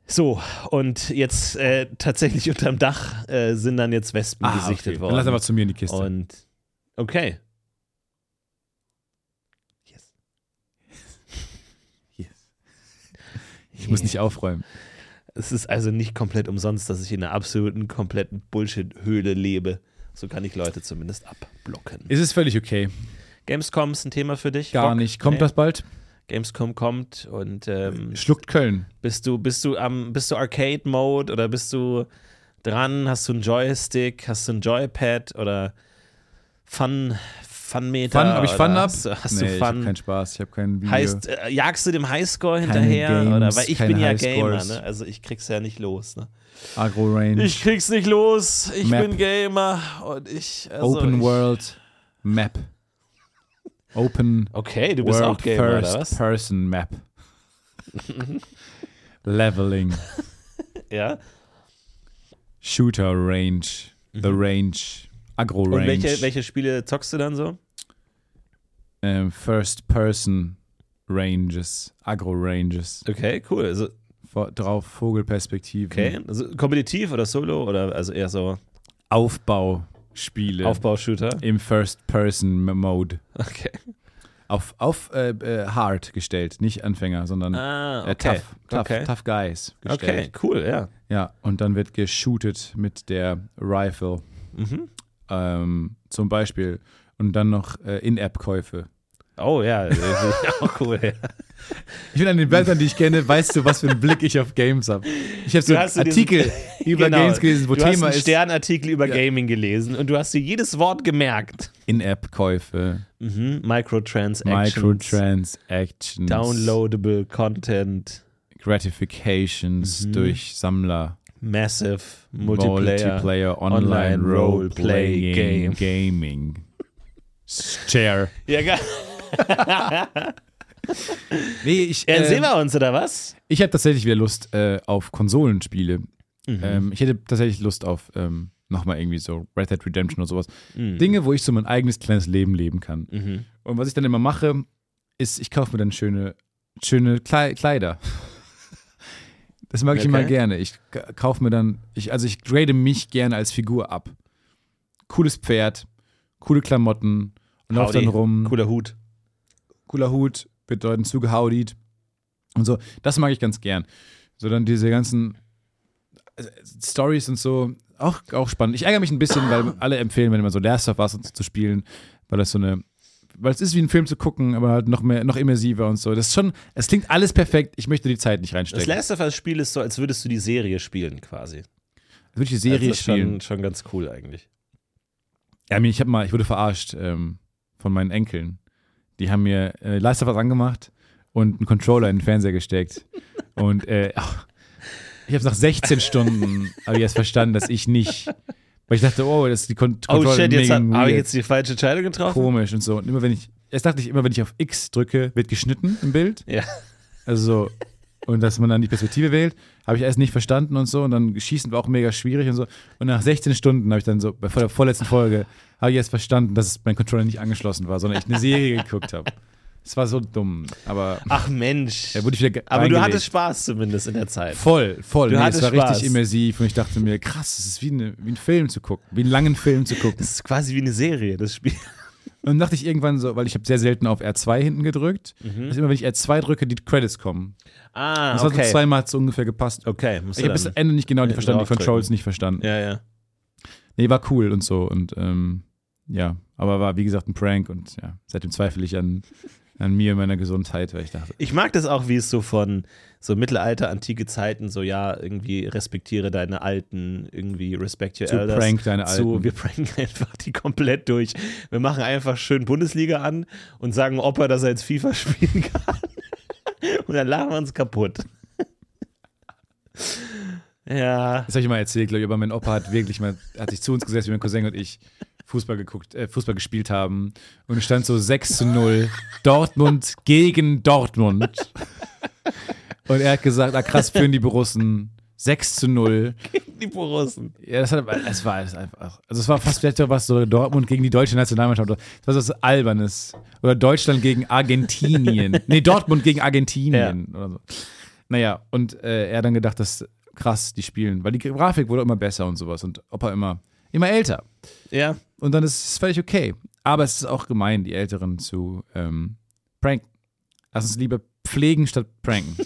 so, und jetzt äh, tatsächlich unterm Dach äh, sind dann jetzt Wespen gesichtet Ah, okay. worden. Dann lass einfach zu mir in die Kiste. Und okay. Yes. ich muss nicht aufräumen. Es ist also nicht komplett umsonst, dass ich in einer absoluten, kompletten Bullshit-Höhle lebe. So kann ich Leute zumindest abblocken. Es ist völlig okay. Gamescom ist ein Thema für dich. Gar Bock? nicht. Kommt Nee. das bald? Gamescom kommt und ähm, Schluckt Köln. bist du bist du am bist du Arcade Mode oder bist du dran? Hast du einen Joystick? Hast du ein Joypad oder Fun Fun Meter? Fun, habe ich oder Fun ab? Hast, du- hast nee, du ich habe Fun? keinen Spaß. Ich habe keinen Video. Heißt äh, jagst du dem Highscore Keine hinterher oder Games, weil ich keine bin ja Highscores. Gamer, ne? Also ich krieg's ja nicht los, ne? Agro Range. Ich krieg's nicht los. Ich Map. bin Gamer und ich also Open ich, World Map. Open Okay, du bist World auch Gamer First oder was? Person Map. Leveling. Ja. Shooter Range. The Mm-hmm. Range. Agro Range. Und welche, welche Spiele zockst du dann so? Ähm, First Person Ranges. Agro Ranges. Okay, cool. Also Vor, drauf Vogelperspektive. Okay, also kompetitiv oder solo oder also eher so Aufbauspiele. Aufbaushooter? Im First Person Mode. Okay. Auf, auf äh, äh, Hard gestellt. Nicht Anfänger, sondern Ah, äh, okay. tough, tough, okay. tough Guys gestellt. Okay, cool, ja. Ja, und dann wird geshootet mit der Rifle. Mhm. Ähm, zum Beispiel. Und dann noch äh, In-App-Käufe. Oh ja, äh, auch cool. Ja. Ich bin an Mhm. den Wörtern, die ich kenne, weißt du, was für einen Blick ich auf Games habe. Ich habe so Du hast so diesen- Artikel über Genau. Games gelesen, wo du hast Thema einen ist Sternartikel über Ja. Gaming gelesen und du hast dir jedes Wort gemerkt. In-App-Käufe, Mhm. Microtransactions, Microtransactions, Downloadable Content, Gratifications durch Sammler, Massive Mhm. Multiplayer, Multiplayer Online, Roleplay, Role-Play-Game. Game. Gaming, Share. Ja, geil. Nee, ich, Ja, dann sehen äh, wir uns, oder was? ich habe tatsächlich wieder Lust äh, auf Konsolenspiele. Mhm. Ähm, ich hätte tatsächlich Lust auf ähm, nochmal irgendwie so Red Dead Redemption oder sowas. Mhm. Dinge, wo ich so mein eigenes kleines Leben leben kann. Und was ich dann immer mache, ist, ich kaufe mir dann schöne, schöne Klei- Kleider. Das mag ich Okay. immer gerne. Ich k- kaufe mir dann, ich, also ich grade mich gerne als Figur ab. Cooles Pferd, coole Klamotten und laufe dann Howdy. rum Cooler Hut. cooler Hut, bedeuten zugehaudiet und so. Das mag ich ganz gern. So dann diese ganzen äh, Stories und so, auch, auch spannend. Ich ärgere mich ein bisschen, weil alle empfehlen, wenn man so Last of Us und so zu spielen, weil das so eine, weil es ist wie ein Film zu gucken, aber halt noch mehr, noch immersiver und so. Das ist schon, es klingt alles perfekt. Ich möchte die Zeit nicht Das reinstecken. Würde Last of Us Spiel ist so, als würdest du die Serie spielen, quasi. ich die Serie das ist spielen. schon, schon ganz cool eigentlich. Ja, mir- ich hab mal, ich wurde verarscht ähm, von meinen Enkeln. Die haben mir äh, Last of Us angemacht und einen Controller in den Fernseher gesteckt. Und äh, ach, ich habe nach 16 Stunden habe ich erst verstanden, dass ich nicht, weil ich dachte, oh, das ist die Kon Oh Controller shit, jetzt mega habe hab ich weird, jetzt die falsche Entscheidung getroffen. komisch und so. Und immer wenn ich, erst dachte ich immer, wenn ich auf X drücke, wird geschnitten im Bild. Ja. Also so. Und dass man dann die Perspektive wählt, habe ich erst nicht verstanden und so. Und dann schießen war auch mega schwierig und so. Und nach 16 Stunden habe ich dann so, bei vor der vorletzten Folge, habe ich erst verstanden, dass es mein Controller nicht angeschlossen war, sondern ich eine Serie geguckt habe. Es war so dumm, aber Ach Mensch. da wurde ich wieder ge- Aber du reingelegt. hattest Spaß zumindest in der Zeit. Voll, voll. Du Nee, es hattest war Spaß. richtig immersiv und ich dachte mir, krass, es ist wie, eine, wie ein Film zu gucken, wie einen langen Film zu gucken. Das ist quasi wie eine Serie, das Spiel. Und dann dachte ich irgendwann so, weil ich habe sehr selten auf R2 hinten gedrückt, dass immer, wenn ich R2 drücke, die Credits kommen. Mhm. Ah, Das hat so zweimal hat's so ungefähr gepasst. okay, musst Ich habe bis dann- zum Ende nicht genau die hinten verstanden, die draufdrücken. Controls nicht verstanden. Ja, ja. Nee, war cool und so und ähm, ja, aber war wie gesagt ein Prank und ja, seitdem zweifle ich an, an mir und meiner Gesundheit, weil ich dachte, Ich mag das auch, wie es so von so Mittelalter, antike Zeiten, so ja, irgendwie respektiere deine Alten, irgendwie respect your Zu elders. prank deine Zu, Alten. wir pranken einfach die komplett durch. Wir machen einfach schön Bundesliga an und sagen Opa, dass er jetzt FIFA spielen kann. und dann lachen wir uns kaputt. ja. das habe ich mal erzählt, glaube ich, aber mein Opa hat wirklich mal, hat sich zu uns gesetzt, wie mein Cousin und ich Fußball geguckt, äh, Fußball gespielt haben und es stand so 6 zu 0 Dortmund gegen Dortmund. Und er hat gesagt, ah krass, führen die Borussen 6 zu 0. Die Borussen. Ja, das, hat, es war alles einfach. Also es war fast vielleicht was so Dortmund gegen die deutsche Nationalmannschaft. Das war so was Albernes. Oder Deutschland gegen Argentinien. nee, Dortmund gegen Argentinien oder so. Naja, und äh, er hat dann gedacht, das ist krass, die spielen. Weil die Grafik wurde immer besser und sowas. Und Opa immer, immer älter. Ja. Und dann ist es völlig okay. Aber es ist auch gemein, die Älteren zu ähm, pranken. Lass uns lieber pflegen statt pranken.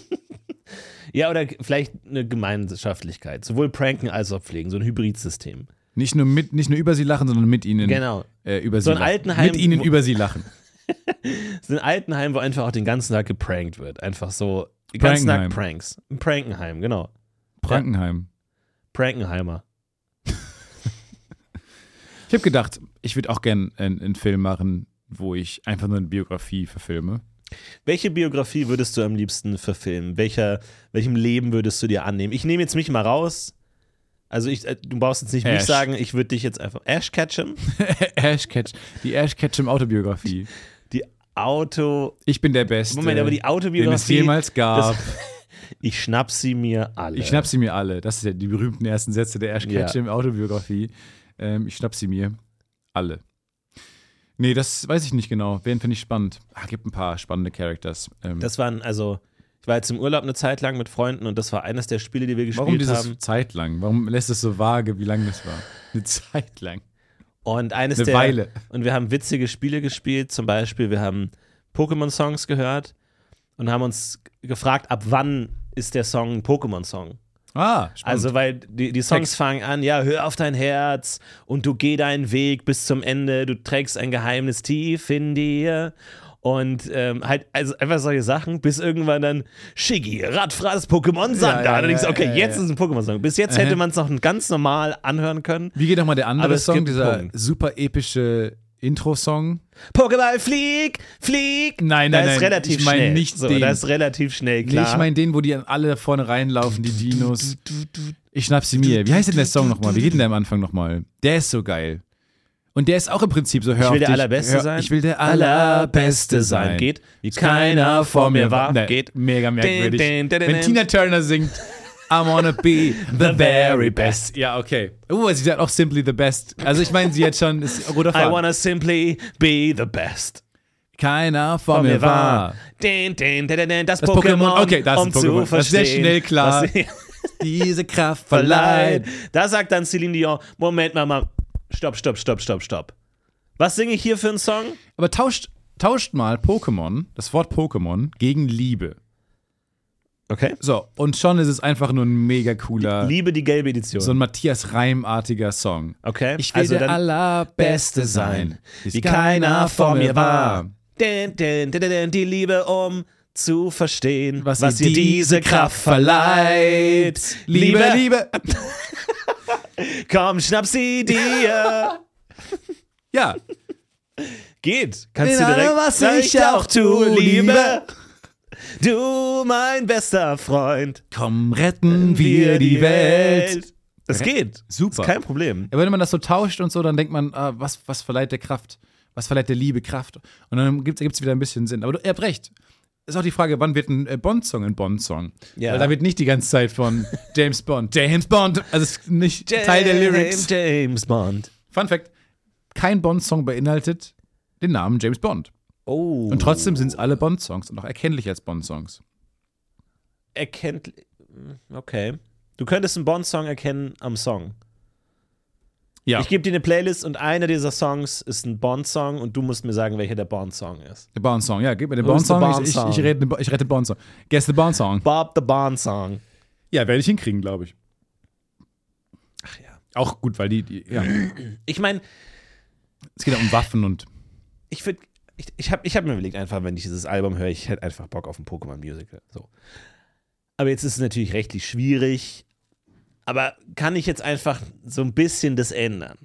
Ja, oder vielleicht eine Gemeinschaftlichkeit. Sowohl pranken als auch pflegen. So ein Hybridsystem. nicht, nur mit, nicht nur über sie lachen, sondern mit ihnen Genau. äh, über So ein sie lachen. Altenheim, mit ihnen wo- über sie lachen. Es ist ein Altenheim, wo einfach auch den ganzen Tag geprankt wird. Einfach so den ganzen Tag Prankenheim. Pranks. Ein Prankenheim, genau. Frankenheim. Prankenheimer. Ich habe gedacht, ich würde auch gerne einen, einen Film machen, wo ich einfach nur eine Biografie verfilme. Welche Biografie würdest du am liebsten verfilmen? Welcher, welchem Leben würdest du dir annehmen? Ich nehme jetzt mich mal raus. Also ich, äh, du brauchst jetzt nicht mich Ash. sagen, ich würde dich jetzt einfach. Ash Ketchum? Ash Ketch, die Ash Ketchum Autobiografie. Die Auto. Ich bin der Beste. Moment, aber die den es Autobiografie. jemals gab. ich schnapp sie mir alle. Ah. Ich schnapp sie mir alle. Das sind ja die berühmten ersten Sätze der Ash Ja. Ketchum Autobiografie. Ähm, ich schnapp sie mir alle. Nee, das weiß ich nicht genau. Wen finde ich spannend? Ah, gibt ein paar spannende Characters. Ähm, Das waren, also, ich war jetzt im Urlaub eine Zeit lang mit Freunden und das war eines der Spiele, die wir gespielt warum dieses haben. Zeit lang? Warum lässt es so vage, wie lang das war? Eine Zeit lang. Und eines Eine der. Weile. Und wir haben witzige Spiele gespielt. Zum Beispiel, wir haben Pokémon-Songs gehört und haben uns g- gefragt, ab wann ist der Song ein Pokémon-Song? Ah, spannend. Also, weil die, die Songs Text. fangen an, ja, hör auf dein Herz und du geh deinen Weg bis zum Ende, du trägst ein Geheimnis tief in dir. Und ähm, halt, also einfach solche Sachen, bis irgendwann dann Shiggy, Radfraß, Pokémon Sander. ja, und du denkst, ja, okay, ja, jetzt ja. ist es ein Pokémon-Song. Bis jetzt hätte Aha. man es noch ganz normal anhören können. Wie geht nochmal der Aber andere es Song, gibt dieser Punkt. super epische Intro-Song? Pokéball, flieg, flieg. Nein, da nein, ist nein, relativ ich meine schnell. nicht so, den. Da ist relativ schnell, Nee, klar. ich meine den, wo die alle da vorne reinlaufen, die Dinos. Ich schnapp sie mir. Wie heißt denn der Song nochmal? Wie geht denn der am Anfang nochmal? Der ist so geil. Und der ist auch im Prinzip so, hör Ich auf will der dich, Allerbeste hör, sein. Ich will der Allerbeste sein. Geht, wie keiner vor mir war. Nee, Geht. Mega merkwürdig. Din, din, din, din, Wenn din. Tina Turner singt, I wanna be the very best. Ja, okay. Oh, sie sagt auch simply the best. Also ich meine, sie hat schon, ist ein roter I Faden. wanna simply be the best. Keiner vor mir war. Din, din, din, din, din, das, Das Pokémon. Pokémon. Okay, das ist um ein Pokémon. zu verstehen. Das ist sehr schnell klar. was sie- Diese Kraft Verleiht. verleiht. Da sagt dann Celine Dion: Moment mal, mal. Stopp, stopp, stopp, stopp, stopp. Was singe ich hier für einen Song? Aber tauscht, tauscht mal Pokémon, das Wort Pokémon, gegen Liebe. Okay. So, und schon ist es einfach nur ein mega cooler, Äh, Liebe die gelbe Edition. so ein Matthias Reimartiger Song. okay. Ich will also der dann Allerbeste sein, Ähm, wie keiner vor mir war. Din, din, din, din, din, die Liebe um zu verstehen, Was, ihr diese Kraft verleiht. Liebe, Liebe. Komm, schnapp sie dir. Ja, Geht. Kannst du Bin direkt. alle, was ich auch tu, Liebe. Du, mein bester Freund. komm, retten wir die Welt. Es geht. Super. Ist kein Problem. Ja, wenn man das so tauscht und so, dann denkt man, ah, was, was verleiht der Kraft? Was verleiht der Liebe Kraft? Und dann gibt es wieder ein bisschen Sinn. Aber du, ihr habt recht. Ist auch die Frage, wann wird ein äh, Bond-Song ein Bond-Song? Ja. Weil da wird nicht die ganze Zeit von James Bond, James Bond, also es ist nicht Teil der Lyrics. Äh, James Bond. Fun Fact: Kein Bond-Song beinhaltet den Namen James Bond. Oh. Und trotzdem sind es alle Bond-Songs und auch erkennlich als Bond-Songs. erkennt. Okay. Du könntest einen Bond-Song erkennen am Song. Ja. Ich gebe dir eine Playlist und einer dieser Songs ist ein Bond-Song und du musst mir sagen, welcher der Bond-Song ist. Der Bond-Song, ja, gib mir den Wo ist der Bond-Song. Ich, ich, Bond-Song? ich, rede- ich rette den Bond-Song. Guess the Bond-Song. Bob the Bond-Song. Ja, werde ich hinkriegen, glaube ich. Ach ja. Auch gut, weil die, die ja. Ich meine, Es geht ja um Waffen und. ich würde. Ich, ich habe ich hab mir überlegt, einfach, wenn ich dieses Album höre, ich hätte einfach Bock auf ein Pokémon-Musical. So. Aber jetzt ist es natürlich rechtlich schwierig. Aber kann ich jetzt einfach so ein bisschen das ändern?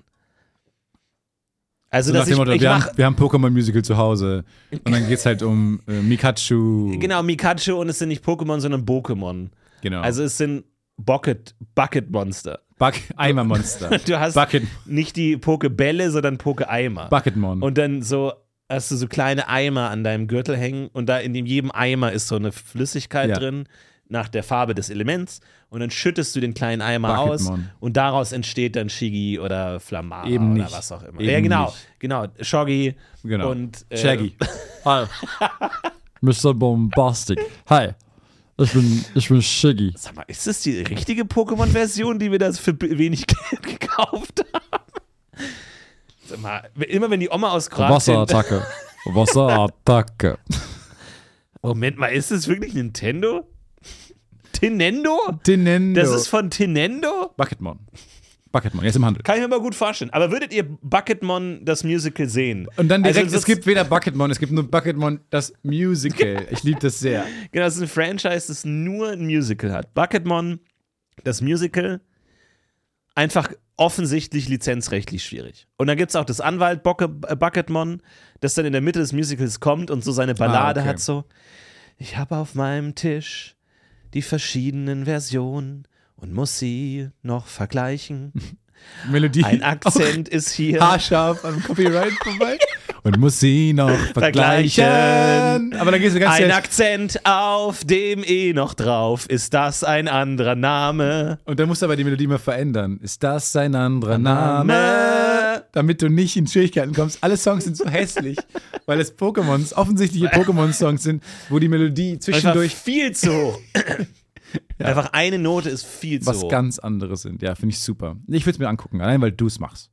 Also, So nach dass dem ich, Motto, ich wir, mach, haben, wir haben Pokémon Musical zu Hause. Und dann geht es halt um äh, Mikachu. Genau, Mikachu und es sind nicht Pokémon, sondern Pokémon. genau. Also es sind Bucket, Bucket Monster. Buck Eimermonster. Du hast Bucket, nicht die Pokebälle, sondern Poke-Eimer. Bucketmon. Und dann so hast du so kleine Eimer an deinem Gürtel hängen und da in dem- jedem Eimer ist so eine Flüssigkeit Ja. drin nach der Farbe des Elements und dann schüttest du den kleinen Eimer aus Bucketmon. und daraus entsteht dann Shigi oder Flamara Eben oder nicht. was auch immer. Eben ja, genau, nicht. genau. Shoggy Genau. und äh, Shaggy. Hi. Mr. Bombastic. Hi. Ich bin, ich bin Shiggy. Sag mal, ist das die richtige Pokémon-Version, die wir das für b- wenig Geld gekauft haben? Sag mal, immer wenn die Oma aus Kroatien. Wasserattacke. Wasserattacke. Moment mal, ist das wirklich Nintendo? Tinendo? Tinendo. Das ist von Tinendo? Bucketmon. Bucketmon, jetzt im Handel. Kann ich mir mal gut vorstellen. Aber würdet ihr Bucketmon das Musical sehen? Und dann direkt, Also, es gibt weder Bucketmon, es gibt nur Bucketmon, das Musical. Ich liebe das sehr. Genau, das ist ein Franchise, das nur ein Musical hat. Bucketmon, das Musical, einfach offensichtlich lizenzrechtlich schwierig. Und dann gibt es auch das Anwalt Bocke, äh, Bucketmon, das dann in der Mitte des Musicals kommt und so seine Ballade Ah, okay. hat so, ich habe auf meinem Tisch die verschiedenen Versionen und muss sie noch vergleichen. Melodie. Ein Akzent ist hier. Auch haarscharf am Copyright vorbei. Und muss sie noch Vergleichen. vergleichen. Aber dann gehst du ganz Ein schnell. Akzent auf dem E noch drauf. Ist das ein anderer Name? Und dann musst du aber die Melodie mal verändern. Ist das sein anderer Name? Damit du nicht in Schwierigkeiten kommst. Alle Songs sind so hässlich, weil es Pokémons, offensichtliche Pokémon-Songs sind, wo die Melodie Einfach zwischendurch viel zu hoch. Einfach eine Note ist viel zu was hoch. ganz anderes sind. Ja, finde ich super. Ich würde es mir angucken, allein weil du es machst.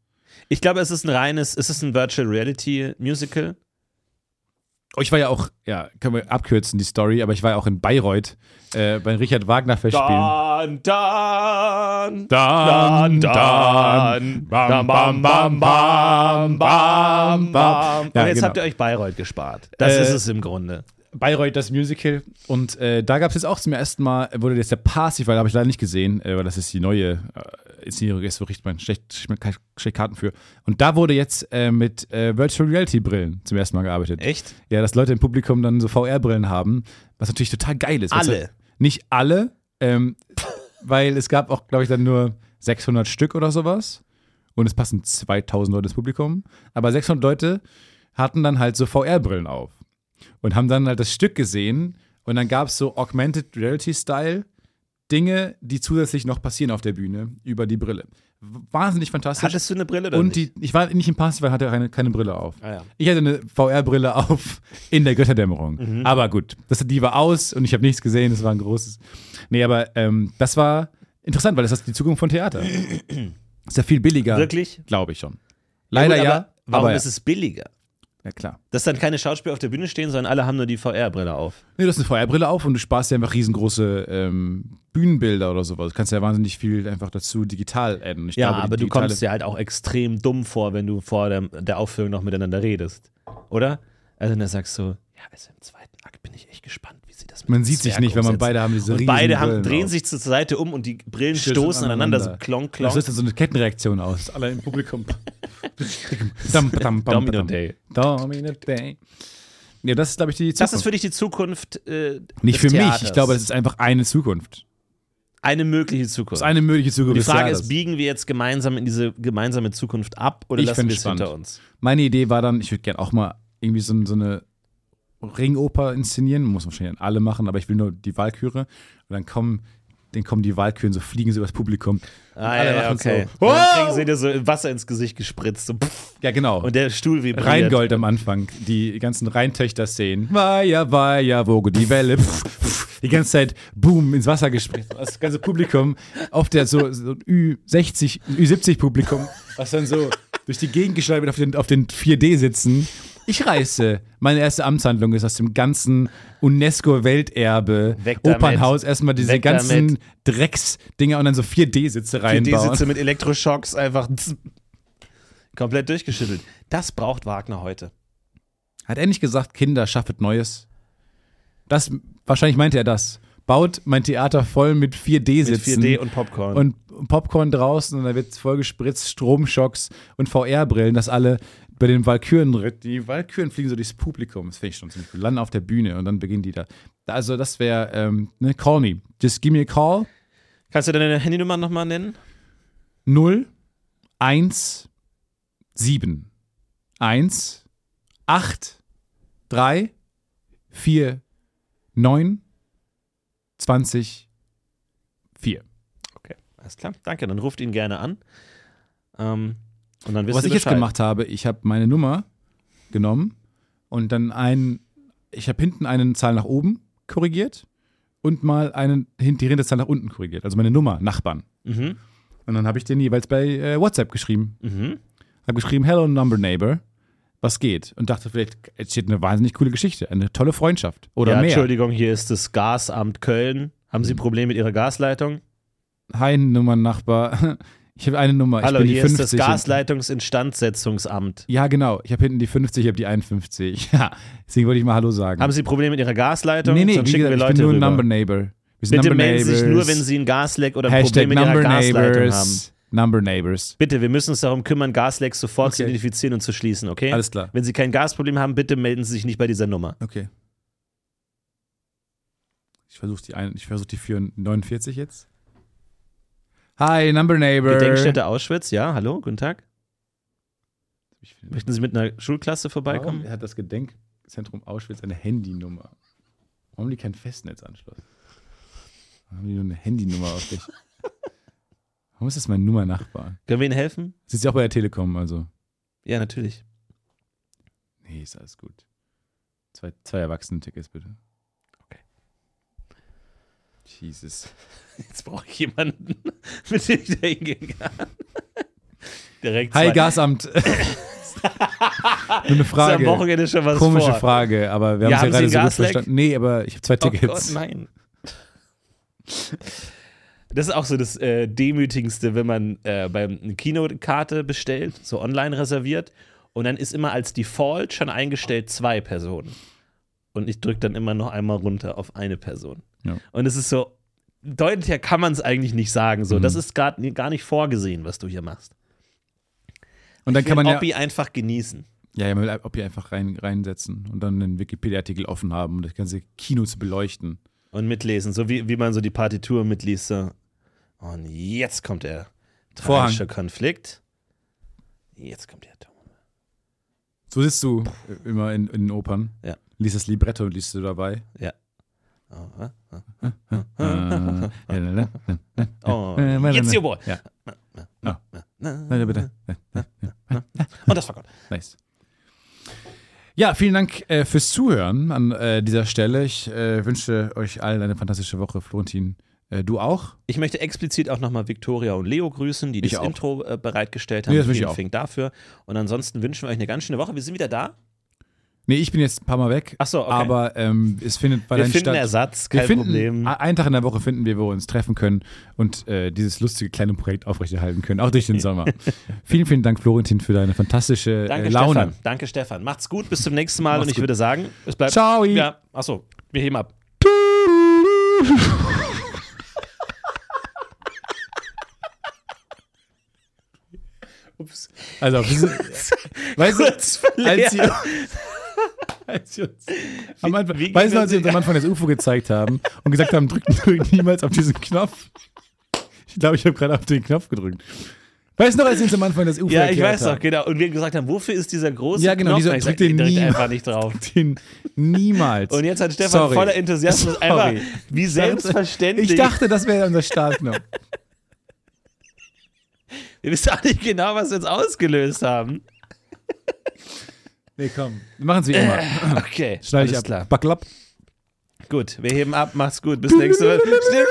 Ich glaube, es ist ein reines, es ist ein Virtual Reality Musical. Oh, ich war ja auch, ja, können wir abkürzen die Story, aber ich war ja auch in Bayreuth äh, bei Richard Wagner Festspielen. Dann, dann, Dann, dann, bam, bam, bam, bam, bam, bam. Ja, Und jetzt genau. habt ihr euch Bayreuth gespart. Das Äh, ist es im Grunde. Bayreuth, das Musical. Und äh, da gab es jetzt auch zum ersten Mal, wurde jetzt der Parsifal, habe ich leider nicht gesehen, äh, weil das ist die neue äh, Inszenierung, ist so richtig man schlecht, schlecht, kann ich schlecht Karten für. Und da wurde jetzt äh, mit äh, Virtual Reality Brillen zum ersten Mal gearbeitet. Echt? Ja, dass Leute im Publikum dann so VR-Brillen haben, was natürlich total geil ist. Alle? Also, nicht alle, ähm, weil es gab auch, glaube ich, dann nur 600 Stück oder sowas. und es passen 2000 Leute ins Publikum. Aber 600 Leute hatten dann halt so VR-Brillen auf und haben dann halt das Stück gesehen und dann gab es so Augmented Reality-Style Dinge, die zusätzlich noch passieren auf der Bühne über die Brille. Wahnsinnig fantastisch. Hattest du eine Brille oder Und nicht? die, ich war nicht im Pass, weil hatte keine, keine Brille auf. Ah ja. Ich hatte eine VR-Brille auf in der Götterdämmerung. Mhm. Aber gut, das, die war aus und ich habe nichts gesehen. Das war ein großes. Nee, aber ähm, das war interessant, weil das ist die Zukunft von Theater. ist ja viel billiger. Wirklich? Glaube ich schon. Leider ja. Gut, aber Warum aber ja. ist es billiger? ja, klar. Dass dann keine Schauspieler auf der Bühne stehen, sondern alle haben nur die VR-Brille auf. Nee, du hast eine VR-Brille auf und du sparst dir einfach riesengroße ähm, Bühnenbilder oder sowas. Du kannst ja wahnsinnig viel einfach dazu digital adden. Und Ich Ja, glaube, die aber du digitale- kommst ja halt auch extrem dumm vor, wenn du vor der, der Aufführung noch miteinander redest. Oder? Also dann sagst du, ja, also im zweiten Akt bin ich echt gespannt, wie sie das mit Man dem sieht sich Zwerg nicht, wenn man umsetzen. beide haben diese Und riesen beide haben, Brillen drehen auf. sich zur Seite um und die Brillen Stürzen stoßen aneinander, so klonk, klonk. Das ist dann so eine Kettenreaktion aus. Alle im Publikum. dam, dam, dam, Domino dam. Day. Domino Day. Ja, das ist, glaube ich, die Zukunft. Das ist für dich die Zukunft äh, Nicht des für mich. Theaters. Ich glaube, das ist einfach eine Zukunft. eine mögliche Zukunft. Das ist eine mögliche Zukunft. die des Frage Theaters. ist, biegen wir jetzt gemeinsam in diese gemeinsame Zukunft ab oder Ich lassen find's wir es spannend. hinter uns? Meine Idee war dann, ich würde gerne auch mal irgendwie so, so eine Ringoper inszenieren. Muss wahrscheinlich alle machen, aber ich will nur die Walküre. Und dann kommen, dann kommen die Walküren, so fliegen sie übers Publikum. Ah, alle ja, machen so, okay. Und "Wow!" dann kriegen sie dir so Wasser ins Gesicht gespritzt. So, pff, Ja, genau. und der Stuhl vibriert. Rheingold am Anfang, die ganzen Rheintöchter-Szenen. Weia, weia, woge die Welle. Pff, pff, Die ganze Zeit, boom, ins Wasser gespritzt. Das ganze Publikum auf der so, so Ü60, Ü70-Publikum, was dann so durch die Gegend geschleudert wird auf den, auf den 4D sitzen. Ich reise. Meine erste Amtshandlung ist aus dem ganzen UNESCO-Welterbe Weg damit. Opernhaus erstmal diese Weg damit. ganzen Drecksdinger und dann so 4D-Sitze Die reinbauen. Sitze mit Elektroschocks einfach zzz, komplett durchgeschüttelt. Das braucht Wagner heute. Hat er nicht gesagt, Kinder, schaffet Neues? Das, wahrscheinlich meinte er das. Baut mein Theater voll mit Mit 4D-Sitzen 4D und Popcorn. und Popcorn draußen und dann wird voll gespritzt, Stromschocks und VR-Brillen, dass alle bei den Walküren, die Walküren fliegen so durchs Publikum, das finde ich schon ziemlich cool, landen auf der Bühne und dann beginnen die da. Also das wäre, ähm, ne, call me, just give me a call, Kannst du deine Handynummer nochmal nennen? 0, 1, 7, 1, 8, 3, 4, 9, 20, 4. Okay, alles klar. Danke, dann ruft ihn gerne an. Ähm, und dann wisst Was ihr ich jetzt Bescheid. gemacht habe, ich habe meine Nummer genommen und dann einen, ich habe hinten eine Zahl nach oben korrigiert und mal einen, hin- die Zahl nach unten korrigiert, also meine Nummer, Nachbarn. Mhm. Und dann habe ich den jeweils bei äh, WhatsApp geschrieben. Mhm. Hab geschrieben, hello number neighbor, was geht? Und dachte, vielleicht entsteht eine wahnsinnig coole Geschichte, eine tolle Freundschaft oder ja, mehr. Entschuldigung, hier ist das Gasamt Köln. Haben Sie Probleme mit Ihrer Gasleitung? Hi, Nummer Nachbar. Ich habe eine Nummer. Hallo, ich bin die hier 50 ist das Gasleitungsinstandsetzungsamt. ja, genau. Ich habe hinten die 50, ich habe die 51. Ja, deswegen wollte ich mal Hallo sagen. Haben Sie Probleme mit Ihrer Gasleitung? nee, nee, dann wie schicken gesagt, wir ich Leute bin nur rüber. Number Neighbor. Wir sind Bitte Number melden Sie sich nur, Neighbors. wenn Sie ein Gasleck oder ein Hashtag Problem mit Ihrer Number Gasleitung haben. Neighbors. Number Neighbors. Bitte, wir müssen uns darum kümmern, Gaslecks sofort zu Okay. identifizieren und zu schließen, okay? Alles klar. Wenn Sie kein Gasproblem haben, bitte melden Sie sich nicht bei dieser Nummer. Okay. Ich versuche die, ein- ich versuch die 49 jetzt. Hi, Number Neighbor. Gedenkstätte Auschwitz, ja, hallo, guten Tag. Ich finde- Möchten Sie mit einer Schulklasse Warum vorbeikommen? hat das Gedenkzentrum Auschwitz eine Handynummer? Warum haben die keinen Festnetzanschluss? Warum haben die nur eine Handynummer auf dich? Warum ist das mein Nummernachbar? Können wir Ihnen helfen? Sitzt ja auch bei der Telekom, also. Ja, natürlich. Nee, ist alles gut. Zwei, zwei Erwachsenentickets, bitte. Okay. Jesus. Jetzt brauche ich jemanden, mit dem ich da hingehen kann. Direkt Hi, zwei. Gasamt. Nur eine Ist am Frage. Wochenende schon was Komische vor. Frage, aber wir haben Ja, es ja haben Sie gerade ein so gut Gasleck? verstanden. Nee, aber ich habe zwei Oh Gott, Tickets. nein. Das ist auch so das äh, Demütigendste, wenn man äh, beim eine Kinokarte bestellt, so online reserviert, und dann ist immer als Default schon eingestellt zwei Personen. Und ich drücke dann immer noch einmal runter auf eine Person. Ja. Und es ist so, deutlicher kann man es eigentlich nicht sagen. So, Mhm. das ist grad, gar nicht vorgesehen, was du hier machst. Und dann kann man ja. Hobby einfach genießen. Ja, ja, man will ein- ob ihr einfach rein, reinsetzen und dann einen Wikipedia-Artikel offen haben, um das ganze Kino zu beleuchten. Und mitlesen, so wie, wie man so die Partitur mitliest. So. Und jetzt kommt der Vorhang. tragische Konflikt. Jetzt kommt der Ton. So sitzt du immer in, in den Opern. Ja. Liest das Libretto und liest du dabei. Aha. Äh, äh, Oh, äh, jetzt, äh, Jobo. Ja. Na, na, Nein, bitte. Und das war Gott. Nice. Ja, vielen Dank äh, fürs Zuhören an äh, dieser Stelle. Ich äh, wünsche euch allen eine fantastische Woche, Florentin. Äh, du auch? Ich möchte explizit auch nochmal Victoria und Leo grüßen, die Ich das auch. Intro äh, bereitgestellt haben. Nee, das möchte ich Vielen Dank auch. dafür. Und ansonsten wünschen wir euch eine ganz schöne Woche. Wir sind wieder da. Nee, ich bin jetzt ein paar Mal weg. Ach so, okay. Aber ähm, es findet Wir weiterhin finden statt. Ersatz, Wir kein finden Problem. a- einen Tag in der Woche finden wir, wo wir uns treffen können und äh, dieses lustige kleine Projekt aufrechterhalten können, auch durch den Sommer. vielen, vielen Dank, Florentin, für deine fantastische Danke, äh, Laune. Stefan. Danke, Stefan. Macht's gut, bis zum nächsten Mal. Macht's und ich gut. würde sagen, es bleibt. Ciao. Ja, achso, wir heben ab. Ups. Also, auf diese, weißt du, Kurz verlernt. als sie, als sie uns am Anfang, wie weißt du, gehen als sie wir- uns am Anfang das UFO gezeigt haben und gesagt haben, drück, drück niemals auf diesen Knopf. Ich glaube, ich habe gerade auf den Knopf gedrückt. Weißt du noch, als sie uns am Anfang das UFO Ja, ich erklärt weiß haben? noch, genau. Und wir gesagt haben, wofür ist dieser große Ja, genau, Knopf? dieser- Und ich drück sag, nee, den drückt nie. einfach nicht drauf. Den niemals. Und jetzt hat Stefan Sorry. voller Enthusiasmus Sorry. einfach, wie selbstverständlich. Ich dachte, das wäre unser Startknopf. wir wissen auch nicht genau, was wir jetzt ausgelöst haben. Nee, komm. Wir machen es wie immer. Okay, Schneide ich Äh, alles ab. klar. Backlapp. Gut, wir heben ab, mach's gut, bis nächste Woche.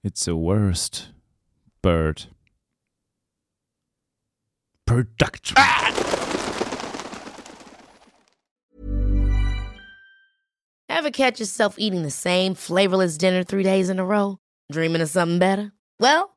It's the worst bird. Production. Ever catch yourself eating the same flavorless dinner three days in a row? Dreaming of something better? Well,